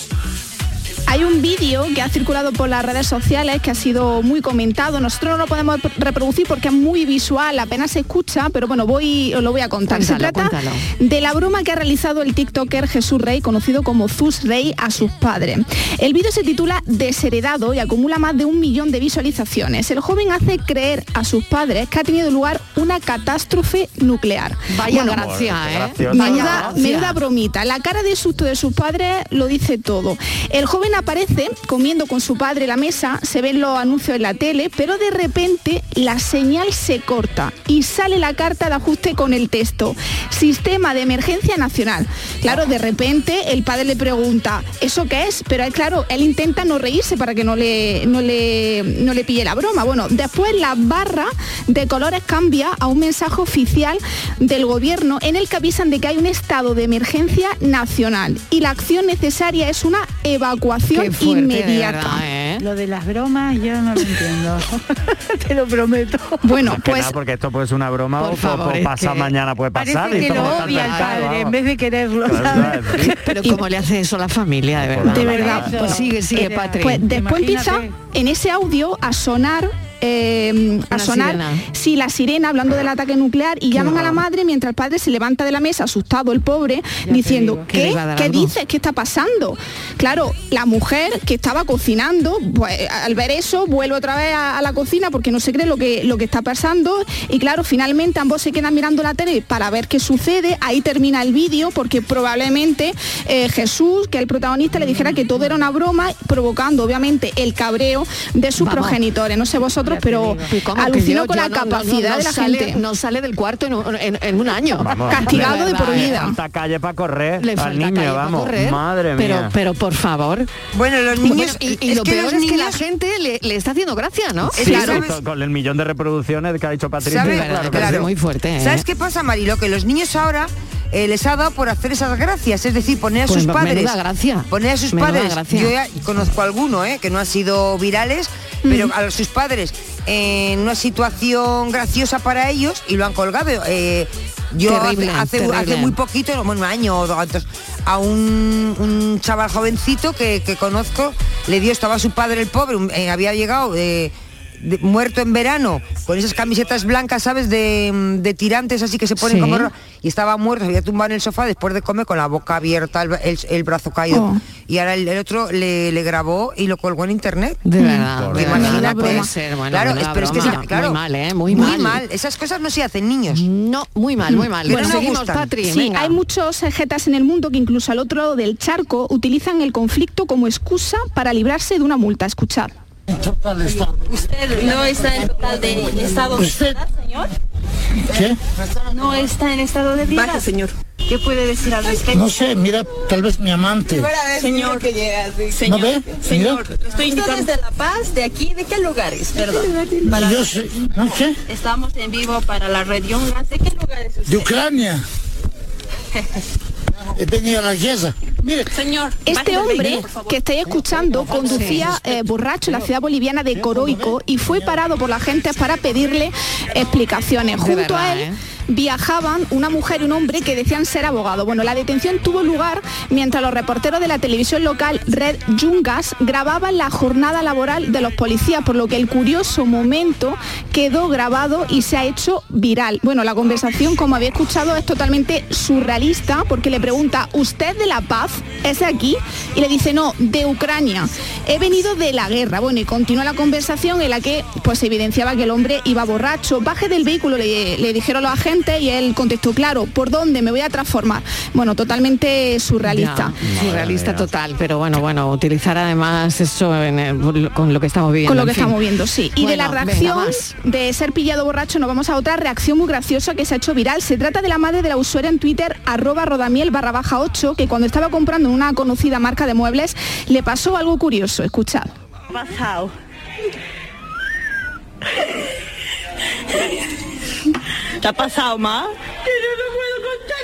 Speaker 14: hay un vídeo que ha circulado por las redes sociales que ha sido muy comentado. Nosotros no lo podemos reproducir porque es muy visual, apenas se escucha, pero bueno, voy os lo voy a contar. se
Speaker 10: Cuéntalo,
Speaker 14: trata
Speaker 10: cuéntalo.
Speaker 14: de la broma que ha realizado el TikToker Jesús Rey, conocido como Zus Rey, a sus padres. El vídeo se titula Desheredado y acumula más de un millón de visualizaciones. El joven hace creer a sus padres que ha tenido lugar una catástrofe nuclear.
Speaker 10: Vaya gracia, Qué ¿eh? gracioso. Vaya
Speaker 14: pues, Menuda,
Speaker 10: gracia.
Speaker 14: menuda bromita. La cara de susto de sus padres lo dice todo. El joven aparece comiendo con su padre la mesa, se ven los anuncios en la tele, pero de repente la señal se corta y sale la carta de ajuste con el texto. Sistema de emergencia nacional. Claro, de repente el padre le pregunta, ¿eso qué es? Pero él, claro, él intenta no reírse para que no le, no le, no le pille la broma. Bueno, después la barra de colores cambia a un mensaje oficial del gobierno en el que avisan de que hay un estado de emergencia nacional y la acción necesaria es una evacuación inmediata.
Speaker 15: Lo de las bromas yo no lo entiendo. Te lo prometo.
Speaker 14: Bueno,
Speaker 11: Más que nada porque esto puede ser una broma
Speaker 15: Por
Speaker 11: o,
Speaker 15: favor,
Speaker 11: o
Speaker 15: es
Speaker 11: pasa
Speaker 15: que
Speaker 11: mañana puede
Speaker 15: parece
Speaker 11: pasar y
Speaker 15: que
Speaker 11: estamos
Speaker 15: lo
Speaker 11: bastante
Speaker 15: odia el
Speaker 11: mal,
Speaker 15: padre en
Speaker 11: vamos.
Speaker 15: vez de quererlo. ¿sabes?
Speaker 10: Pero ¿cómo le hace eso a la familia, de verdad?
Speaker 14: De verdad.
Speaker 10: Pues sigue, sigue, Patri.
Speaker 14: Pues después empieza en ese audio a sonar. eh, a
Speaker 10: Una
Speaker 14: sonar
Speaker 10: sirena.
Speaker 14: sí la sirena hablando del ataque nuclear y llaman a la madre mientras el padre se levanta de la mesa asustado el pobre diciendo
Speaker 10: digo, que le
Speaker 14: ¿qué?
Speaker 10: iba a dar
Speaker 14: ¿qué
Speaker 10: algo.
Speaker 14: dices? ¿qué está pasando? claro la mujer que estaba cocinando pues, al ver eso vuelve otra vez a, a la cocina porque no se cree lo que lo que está pasando y claro finalmente ambos se quedan mirando la tele para ver qué sucede ahí termina el vídeo porque probablemente eh, Jesús que el protagonista le dijera que todo era una broma provocando obviamente el cabreo de sus
Speaker 10: Vamos.
Speaker 14: progenitores no sé vosotros pero
Speaker 10: ¿Cómo? Que
Speaker 14: alucino
Speaker 10: yo-
Speaker 14: con
Speaker 10: yo
Speaker 14: la
Speaker 10: no- no- no-
Speaker 14: capacidad
Speaker 10: no
Speaker 14: de la
Speaker 10: sale-
Speaker 14: gente
Speaker 10: No sale del cuarto en un, en- en un año.
Speaker 11: Vamos.
Speaker 14: Castigado de por
Speaker 11: Le
Speaker 14: vida.
Speaker 11: falta calle para correr
Speaker 10: Le falta
Speaker 11: al
Speaker 10: calle
Speaker 11: niño,
Speaker 10: pa'
Speaker 11: vamos.
Speaker 10: correr,
Speaker 11: Madre
Speaker 10: pero,
Speaker 11: mía.
Speaker 10: Pero por favor.
Speaker 12: Bueno, los
Speaker 11: niños-
Speaker 10: y, y
Speaker 11: es
Speaker 10: lo
Speaker 11: que
Speaker 10: peor
Speaker 11: los
Speaker 10: es que la
Speaker 11: niños-
Speaker 10: gente le, le está haciendo gracia, ¿no?
Speaker 11: Sí, sí, con- con el millón de reproducciones que ha dicho Patricia.
Speaker 12: ¿Sabes?
Speaker 11: claro que
Speaker 12: Claro. ¿eh?
Speaker 11: sí.
Speaker 10: ¿eh?
Speaker 12: ¿Sabes qué pasa, Marilo? Que los niños ahora eh, les ha dado por hacer esas gracias, es decir, poner a
Speaker 10: Pues
Speaker 12: sus
Speaker 10: me-
Speaker 12: padres.
Speaker 10: menuda gracia.
Speaker 12: Poner a sus
Speaker 10: Menuda
Speaker 12: padres.
Speaker 10: gracia.
Speaker 12: Yo ya conozco alguno, eh, que no han sido virales, pero a sus padres en una situación graciosa para ellos y lo han colgado. eh, yo
Speaker 10: Terrible,
Speaker 12: hace, hace-
Speaker 10: terrible.
Speaker 12: hace muy poquito, bueno, un año o dos, antes, a un, un chaval jovencito que, que conozco, le dio, estaba su padre el pobre, un- eh, había llegado eh, de- muerto en verano, con esas camisetas blancas, ¿sabes? De, mm, de tirantes así que se ponen
Speaker 10: Sí.
Speaker 12: como... ro- Y estaba muerto, se había tumbado en el sofá después de comer con la boca abierta, el, el- el brazo caído.
Speaker 10: Oh.
Speaker 12: Y ahora el, el otro le, le grabó y lo colgó en internet.
Speaker 10: De verdad,
Speaker 12: Mm.
Speaker 10: de verdad,
Speaker 12: Imagínate.
Speaker 10: no puede ser, bueno,
Speaker 12: claro,
Speaker 10: menuda
Speaker 12: es- pero es que
Speaker 10: broma.
Speaker 12: esa- claro,
Speaker 10: Muy mal, ¿eh? Muy mal.
Speaker 12: Esas cosas no se hacen niños.
Speaker 10: No, muy mal, muy mal.
Speaker 12: Pero
Speaker 10: Bueno,
Speaker 12: no
Speaker 10: seguimos,
Speaker 12: gustan.
Speaker 10: Patri,
Speaker 14: Sí,
Speaker 10: venga.
Speaker 14: hay muchos jetas en el mundo que incluso al otro lado del charco utilizan el conflicto como excusa para librarse de una multa. Escuchad.
Speaker 4: Usted no está en total de estado de ebriedad, señor.
Speaker 20: ¿Qué?
Speaker 4: No está en estado de ebriedad.
Speaker 20: Baje, señor.
Speaker 4: ¿Qué puede decir al respecto?
Speaker 20: No sé, mira, tal vez mi amante.
Speaker 4: señor, que
Speaker 20: ¿No
Speaker 4: señor,
Speaker 20: ve?
Speaker 4: señor,
Speaker 20: Mira.
Speaker 4: estoy indicando de La Paz, de aquí, ¿de qué lugares? Perdón.
Speaker 20: Yo sé, no sé,
Speaker 4: Estamos en vivo para la red Yunga. ¿De qué lugares
Speaker 20: de Ucrania. He venido a la guerra. Mire,
Speaker 4: Señor,
Speaker 14: Este
Speaker 4: baje del
Speaker 14: hombre
Speaker 4: vehículo, por favor.
Speaker 14: que estáis escuchando conducía eh, borracho en la ciudad boliviana de Coroico y fue parado por la gente para pedirle explicaciones.
Speaker 10: De
Speaker 14: Junto a
Speaker 10: verdad,
Speaker 14: él
Speaker 10: ¿eh?
Speaker 14: viajaban una mujer y un hombre que decían ser abogados. Bueno, la detención tuvo lugar mientras los reporteros de la televisión local Red Yungas grababan la jornada laboral de los policías, por lo que el curioso momento quedó grabado y se ha hecho viral. Bueno, la conversación, como había escuchado, es totalmente surrealista porque le pregunta, ¿usted de La Paz es de aquí? Y le dice, no, de Ucrania. He venido de la guerra. Bueno, y continúa la conversación en la que pues evidenciaba que el hombre iba borracho. Baje del vehículo, le, le dijeron los agentes clientes y él contestó, claro, ¿por dónde me voy a transformar? Bueno, totalmente surrealista.
Speaker 10: Ya, surrealista total, pero bueno, bueno, utilizar además eso en el- con lo que estamos viviendo.
Speaker 14: Con lo
Speaker 10: en
Speaker 14: que
Speaker 10: fin.
Speaker 14: estamos viendo, sí. Y de la
Speaker 10: Bueno, venga,
Speaker 14: reacción
Speaker 10: más.
Speaker 14: de ser pillado borracho nos vamos a otra reacción muy graciosa que se ha hecho viral. Se trata de la madre de la usuaria en Twitter, arroba rodamiel barra baja 8, que cuando estaba comprando en una conocida marca de muebles le pasó algo curioso. Escuchad.
Speaker 2: pasado? ¿Te ha pasado más? Que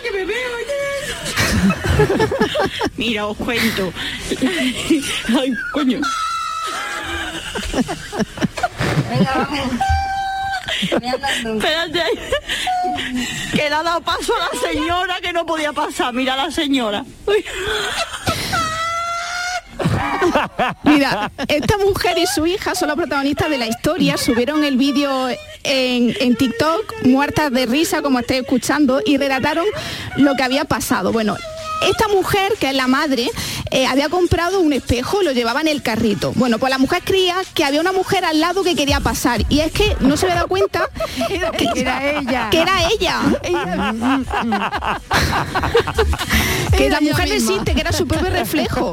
Speaker 2: yo no puedo contar que me veo ayer. Mira, os cuento. Ay, coño. Espérate. Que le ha dado paso a la señora que no podía pasar. Mira a la señora. Uy.
Speaker 14: Mira, esta mujer y su hija son los protagonistas de la historia. Subieron el vídeo en, en TikTok, muertas de risa, como estáis escuchando, y relataron lo que había pasado. Bueno. Esta mujer, que es la madre, eh, había comprado un espejo, lo llevaba en el carrito. Bueno, pues la mujer creía que había una mujer al lado que quería pasar. Y es que no se había dado cuenta que,
Speaker 15: era ella.
Speaker 14: Que era ella. que la mujer no existe, que era su propio reflejo.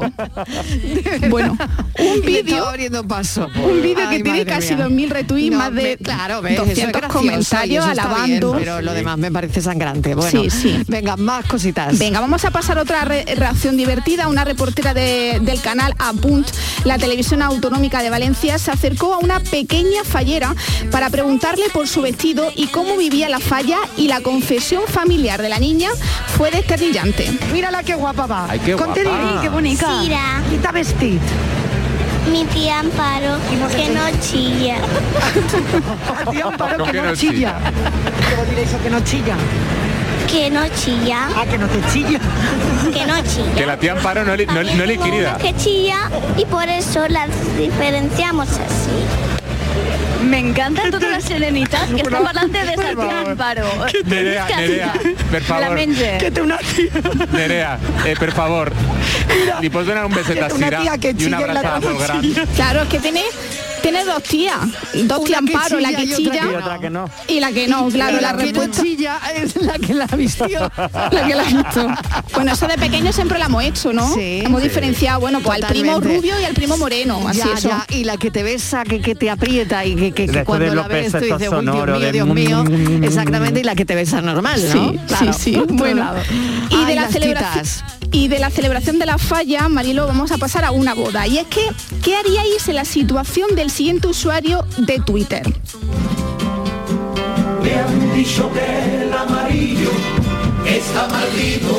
Speaker 14: Bueno, un vídeo un vídeo que tiene casi 2.000 retweets, más de
Speaker 10: claro, ves, eso es
Speaker 14: 200
Speaker 10: gracioso y
Speaker 14: comentarios
Speaker 10: eso está
Speaker 14: alabando.
Speaker 10: bien, pero lo demás me parece sangrante. Bueno,
Speaker 14: Sí, sí.
Speaker 10: Venga, más cositas.
Speaker 14: Venga, vamos a pasar a otra re- reacción divertida. Una reportera de- del canal Apunt, la televisión autonómica de Valencia, se acercó a una pequeña fallera para preguntarle por su vestido y cómo vivía la falla y la confesión familiar de la niña fue descarrillante.
Speaker 22: Mírala qué guapa va.
Speaker 14: Ai, que
Speaker 22: Conte
Speaker 14: guapa.
Speaker 22: dirí, que bonica.
Speaker 9: Sira.
Speaker 22: Qui t'ha vestit?
Speaker 9: Mi tía Amparo, que no chilla.
Speaker 22: El tio Amparo, que, no, chilla. Què vol dir això, que no chilla?
Speaker 9: Que no chilla.
Speaker 22: Ah, que no te chilla.
Speaker 9: Que no chilla.
Speaker 16: Que la tía Amparo no, li- no, no le
Speaker 9: Tengo
Speaker 16: querida.
Speaker 9: una que chilla y por eso las diferenciamos así.
Speaker 2: Me encantan todas las serenitas que están delante de esa tía Amparo.
Speaker 16: Nerea, Nerea, per favor.
Speaker 2: Claramente.
Speaker 16: Que té
Speaker 22: una tia.
Speaker 16: Nerea, eh, per favor. Li pots donar un beset a
Speaker 9: Que té una
Speaker 16: Sira
Speaker 9: tia que
Speaker 16: i una
Speaker 9: xilla en la
Speaker 16: abraçada molt gran.
Speaker 14: Claro, es que tiene, tiene dos tías. Dos tía Amparo, la que chilla. Y la que no, claro,
Speaker 10: Y
Speaker 14: la,
Speaker 10: la que no
Speaker 14: respuesta.
Speaker 10: es la que la vistió.
Speaker 14: la que la ha visto. Bueno, eso de pequeño siempre lo hemos hecho, ¿no?
Speaker 10: Sí.
Speaker 14: hemos
Speaker 10: Sí.
Speaker 14: diferenciado, bueno, pues al primo
Speaker 10: Totalmente.
Speaker 14: rubio y al primo moreno, así
Speaker 10: Ya,
Speaker 14: eso.
Speaker 10: ya, Y la que te besa, que, que te aprieta y que, que- que
Speaker 11: Esto de
Speaker 10: cuando la
Speaker 11: los
Speaker 10: ves tú
Speaker 11: besos,
Speaker 10: dices,
Speaker 11: estos
Speaker 10: uy, Dios
Speaker 11: sonoros
Speaker 10: mío,
Speaker 11: de
Speaker 10: Dios
Speaker 11: mm,
Speaker 10: mío.
Speaker 11: mm, mm,
Speaker 10: Exactamente, y la que te besa normal, ¿no?
Speaker 14: Sí, sí,
Speaker 10: Claro,
Speaker 14: sí.
Speaker 10: por otro
Speaker 14: Bueno,
Speaker 10: lado.
Speaker 14: y
Speaker 10: Ay,
Speaker 14: de la
Speaker 10: las
Speaker 14: celebración
Speaker 10: titas.
Speaker 14: y de la celebración de la falla, Marilo, vamos a pasar a una boda. Y es que, ¿qué haríais en la situación del siguiente usuario de Twitter?
Speaker 8: Me han dicho que el amarillo está maldito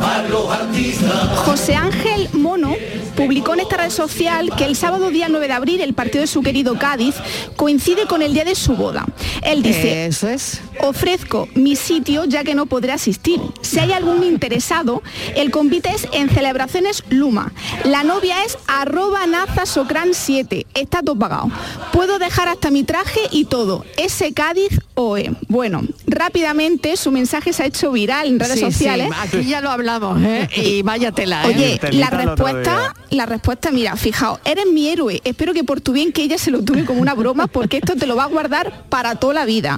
Speaker 8: para los artistas.
Speaker 14: José Ángel Mono publicó en esta red social que el sábado día 9 de abril el partido de su querido Cádiz coincide con el día de su boda. Él dice,
Speaker 10: Eso es.
Speaker 14: ofrezco mi sitio ya que no podré asistir. Si hay algún interesado, el convite es en celebraciones Luma. La novia es arroba nazasocran7. Está todo pagado. Puedo dejar hasta mi traje y todo. Ese Cádiz OE. Bueno, rápidamente su mensaje se ha hecho viral en redes
Speaker 10: Sí, sí,
Speaker 14: sociales.
Speaker 10: aquí ya lo hablamos, ¿eh? Y vaya tela, ¿eh?
Speaker 14: Oye, la
Speaker 10: Te invitan al otro
Speaker 14: respuesta, la respuesta, mira, fijaos, eres mi héroe. Espero que por tu bien que ella se lo tome como una broma, porque esto te lo va a guardar para toda la vida.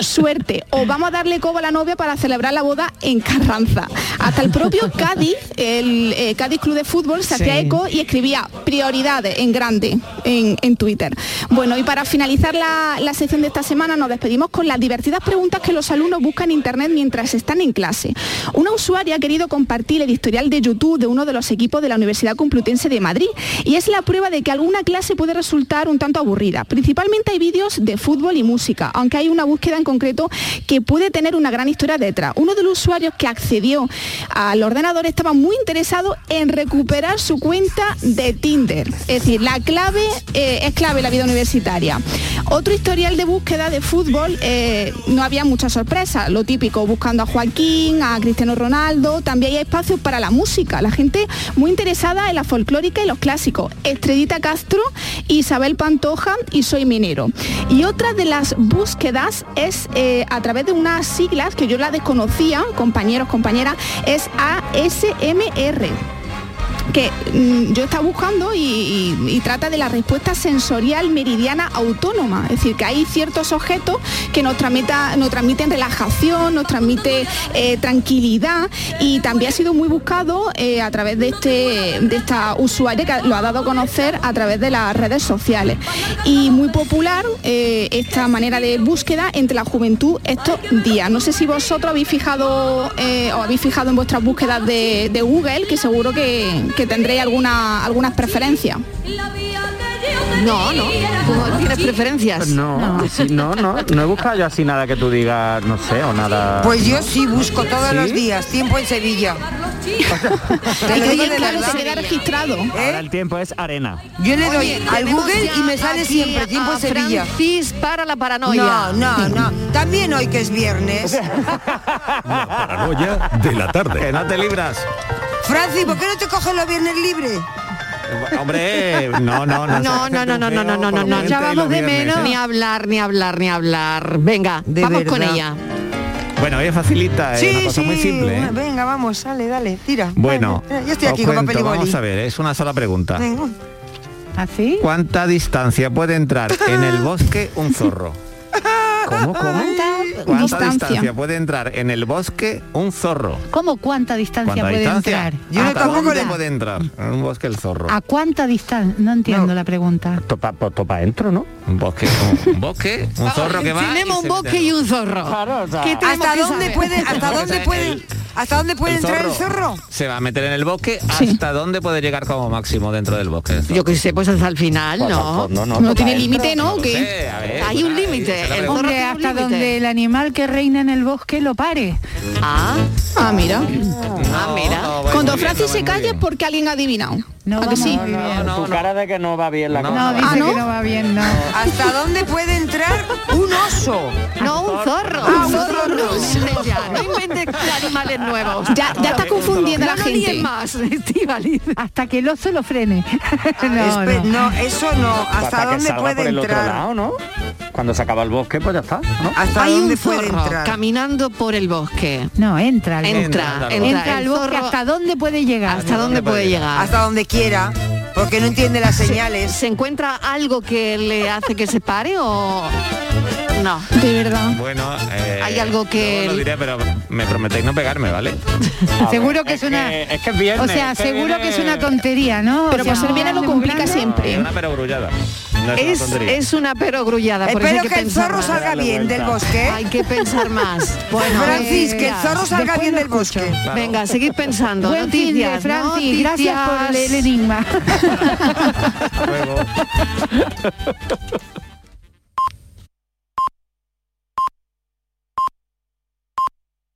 Speaker 14: Suerte. O vamos a darle cobo a la novia para celebrar la boda en Carranza. Hasta el propio Cádiz, el eh, Cádiz Club de Fútbol, se hacía
Speaker 10: Sí.
Speaker 14: eco y escribía prioridades en grande en, en Twitter. Bueno, y para finalizar la, la sección de esta semana nos despedimos con las divertidas preguntas que los alumnos buscan en internet mientras están en clase. Una usuaria ha querido compartir el historial de YouTube de uno de los equipos de la Universidad Complutense de Madrid y es la prueba de que alguna clase puede resultar un tanto aburrida. Principalmente hay vídeos de fútbol y música, aunque hay una búsqueda en concreto que puede tener una gran historia detrás. Uno de los usuarios que accedió al ordenador estaba muy interesado en recuperar su cuenta de Tinder. Es decir, la clave eh, es clave en la vida universitaria. Otro historial de búsqueda de fútbol, eh, no había mucha sorpresa, lo típico, buscando a Joaquín, a Cristiano Ronaldo, también hay espacios para la música, la gente muy interesada en la folclórica y los clásicos, Estrellita Castro, Isabel Pantoja y Soy Minero. Y otra de las búsquedas es eh, a través de unas siglas que yo la desconocía, compañeros, compañeras, es ASMR que mm, yo estaba buscando y, y- y trata de la respuesta sensorial meridiana autónoma. Es decir, que hay ciertos objetos que nos, tramita- nos transmiten relajación, nos transmite eh, tranquilidad y también ha sido muy buscado eh, a través de, este, de esta usuaria que lo ha dado a conocer a través de las redes sociales. Y muy popular eh, esta manera de búsqueda entre la juventud estos días. No sé si vosotros habéis fijado eh, o habéis fijado en vuestras búsquedas de, de Google, que seguro que, que tendréis alguna, algunas preferencias.
Speaker 10: No, no. ¿Tú ¿Tienes preferencias?
Speaker 11: Pues No, sí, no, no, no he buscado yo así nada que tú digas, no sé, o nada.
Speaker 12: Pues
Speaker 10: Ah.
Speaker 12: yo sí busco todos
Speaker 11: ¿Sí?
Speaker 12: los días, tiempo en Sevilla. Te lo digo de verdad.
Speaker 14: registrado.
Speaker 11: Ahora el tiempo es arena.
Speaker 12: ¿Eh? Yo le doy
Speaker 10: Oye,
Speaker 12: al
Speaker 10: tenemos
Speaker 12: Google
Speaker 10: ya
Speaker 12: y me sale
Speaker 10: aquí
Speaker 12: siempre tiempo
Speaker 10: a
Speaker 12: en Sevilla.
Speaker 10: Francis para la
Speaker 12: No,
Speaker 10: paranoia.
Speaker 12: no, no. También hoy que es viernes.
Speaker 24: Paranoia de la tarde. Que
Speaker 11: no te libras.
Speaker 12: Francis, ¿por qué no te coges los viernes libres?
Speaker 11: Hombre, no, no, no.
Speaker 10: No, no, no, no, no, no, no, no, no. Ya vamos de menos.
Speaker 11: ¿eh?
Speaker 10: Ni hablar, ni hablar, ni hablar. Venga, vamos con
Speaker 11: verdad.
Speaker 10: ella.
Speaker 11: Bueno, es facilita, es una cosa muy simple. ¿eh?
Speaker 12: Venga, vamos, sale, dale, tira.
Speaker 11: Bueno,
Speaker 10: eh,
Speaker 12: Dale, dale. yo estoy aquí
Speaker 11: os
Speaker 12: con
Speaker 11: cuento,
Speaker 12: papel y boli.
Speaker 11: vamos a ver, ¿eh? es una sola pregunta.
Speaker 12: Venga.
Speaker 10: ¿Ah,
Speaker 15: ¿Así?
Speaker 11: ¿Cuánta distancia puede entrar en el bosque un zorro? ¿Cómo, cómo? ¿Cuánta distancia. puede entrar en el bosque un zorro?
Speaker 15: ¿Cómo cuánta distancia
Speaker 11: ¿Cuánta
Speaker 15: puede
Speaker 11: distancia?
Speaker 15: entrar?
Speaker 11: ¿Hasta dónde
Speaker 15: ¿Cuánta?
Speaker 11: puede entrar en un bosque el
Speaker 10: Ah.
Speaker 11: zorro?
Speaker 15: ¿A cuánta distancia? No entiendo la pregunta.
Speaker 11: Topa, pues topa entro, ¿no? Un bosque, un, un bosque, un zorro que va. y
Speaker 10: Tenemos un
Speaker 11: se
Speaker 10: bosque
Speaker 11: mete.
Speaker 10: y un zorro. ¿Qué tenemos
Speaker 12: ¿Hasta
Speaker 10: que
Speaker 12: dónde
Speaker 10: saber?
Speaker 12: puede, hasta dónde puede, hasta dónde puede
Speaker 11: el
Speaker 12: entrar el
Speaker 11: zorro.
Speaker 12: zorro?
Speaker 11: Se va a meter en el bosque hasta dónde puede llegar como máximo dentro del bosque.
Speaker 10: Yo que sé, pues hasta el final,
Speaker 11: Pues,
Speaker 10: ¿no?
Speaker 11: pues, no, no, No toca tiene esto.
Speaker 10: límite, ¿no?
Speaker 11: ¿Qué? sé, a ver,
Speaker 10: Hay un límite.
Speaker 11: será
Speaker 10: El
Speaker 11: mejor.
Speaker 10: zorro
Speaker 15: Hombre,
Speaker 10: tiene un
Speaker 15: hasta
Speaker 10: límite.
Speaker 15: donde el animal que reina en el bosque lo pare.
Speaker 10: Ah,
Speaker 14: ah mira.
Speaker 11: Ah, mira.
Speaker 14: Cuando Francis se calla es porque alguien ha adivinado. No, que sí?
Speaker 11: Tu cara de que no va bien la cosa.
Speaker 15: No, dice
Speaker 10: Ah,
Speaker 14: ¿no?
Speaker 15: que no va bien, no.
Speaker 12: Ah, ¿Hasta dónde puede entrar un oso?
Speaker 10: No, un zorro.
Speaker 12: Ah, un
Speaker 10: No
Speaker 12: zorro.
Speaker 10: inventes ya, no inventes animales nuevos.
Speaker 14: Ya- ya está confundiendo a la
Speaker 10: No, no
Speaker 14: gente.
Speaker 10: líes más, Estíbaliz.
Speaker 15: Hasta que el oso lo frene. no,
Speaker 12: Espe-
Speaker 15: no.
Speaker 12: no, eso no. ¿Hasta
Speaker 11: Para que
Speaker 12: dónde
Speaker 11: salga por
Speaker 12: puede
Speaker 11: el otro
Speaker 12: entrar?
Speaker 11: lado, ¿no? Cuando se acaba el bosque, pues ya está. ¿no?
Speaker 12: ¿Hasta
Speaker 10: Hay
Speaker 12: dónde
Speaker 10: un
Speaker 12: puede
Speaker 10: zorro
Speaker 12: entrar?
Speaker 10: caminando por el bosque.
Speaker 15: No, entra al bosque.
Speaker 10: Entra, entra,
Speaker 15: Entra al
Speaker 10: el
Speaker 15: bosque.
Speaker 10: zorro
Speaker 15: ¿Hasta dónde puede llegar?
Speaker 10: hasta dónde puede llegar.
Speaker 12: Hasta donde quiera, porque no entiende las señales.
Speaker 10: ¿Se encuentra algo que le hace que se pare o no?
Speaker 14: De verdad.
Speaker 11: Bueno, eh,
Speaker 10: Hay algo que-
Speaker 11: luego lo diré, pero me prometéis no pegarme, ¿vale?
Speaker 15: Seguro que es una...
Speaker 11: es que es viernes,
Speaker 15: o sea,
Speaker 11: es que
Speaker 15: seguro
Speaker 11: viene-
Speaker 15: que es una tontería, ¿no?
Speaker 14: Pero
Speaker 15: o sea,
Speaker 14: por ser bien lo
Speaker 15: grande,
Speaker 14: complica
Speaker 15: grande.
Speaker 14: siempre.
Speaker 11: Es una perogrullada. No es,
Speaker 10: Es,
Speaker 11: una tontería.
Speaker 10: es una perogrullada. por eso
Speaker 12: Espero
Speaker 10: hay
Speaker 12: que,
Speaker 10: que,
Speaker 12: el
Speaker 10: pensar
Speaker 12: zorro
Speaker 10: más.
Speaker 12: salga
Speaker 11: Dale
Speaker 12: bien del
Speaker 11: vuelta.
Speaker 12: bosque.
Speaker 10: Hay que pensar más. Bueno, eh,
Speaker 12: Francis, que el
Speaker 10: venga.
Speaker 12: zorro salga
Speaker 15: Después
Speaker 12: bien
Speaker 15: lo
Speaker 12: del bosque.
Speaker 10: Venga, seguid pensando.
Speaker 15: Buen fin de,
Speaker 10: noticias,
Speaker 15: Francis, gracias por el, el
Speaker 10: noticias.
Speaker 15: enigma.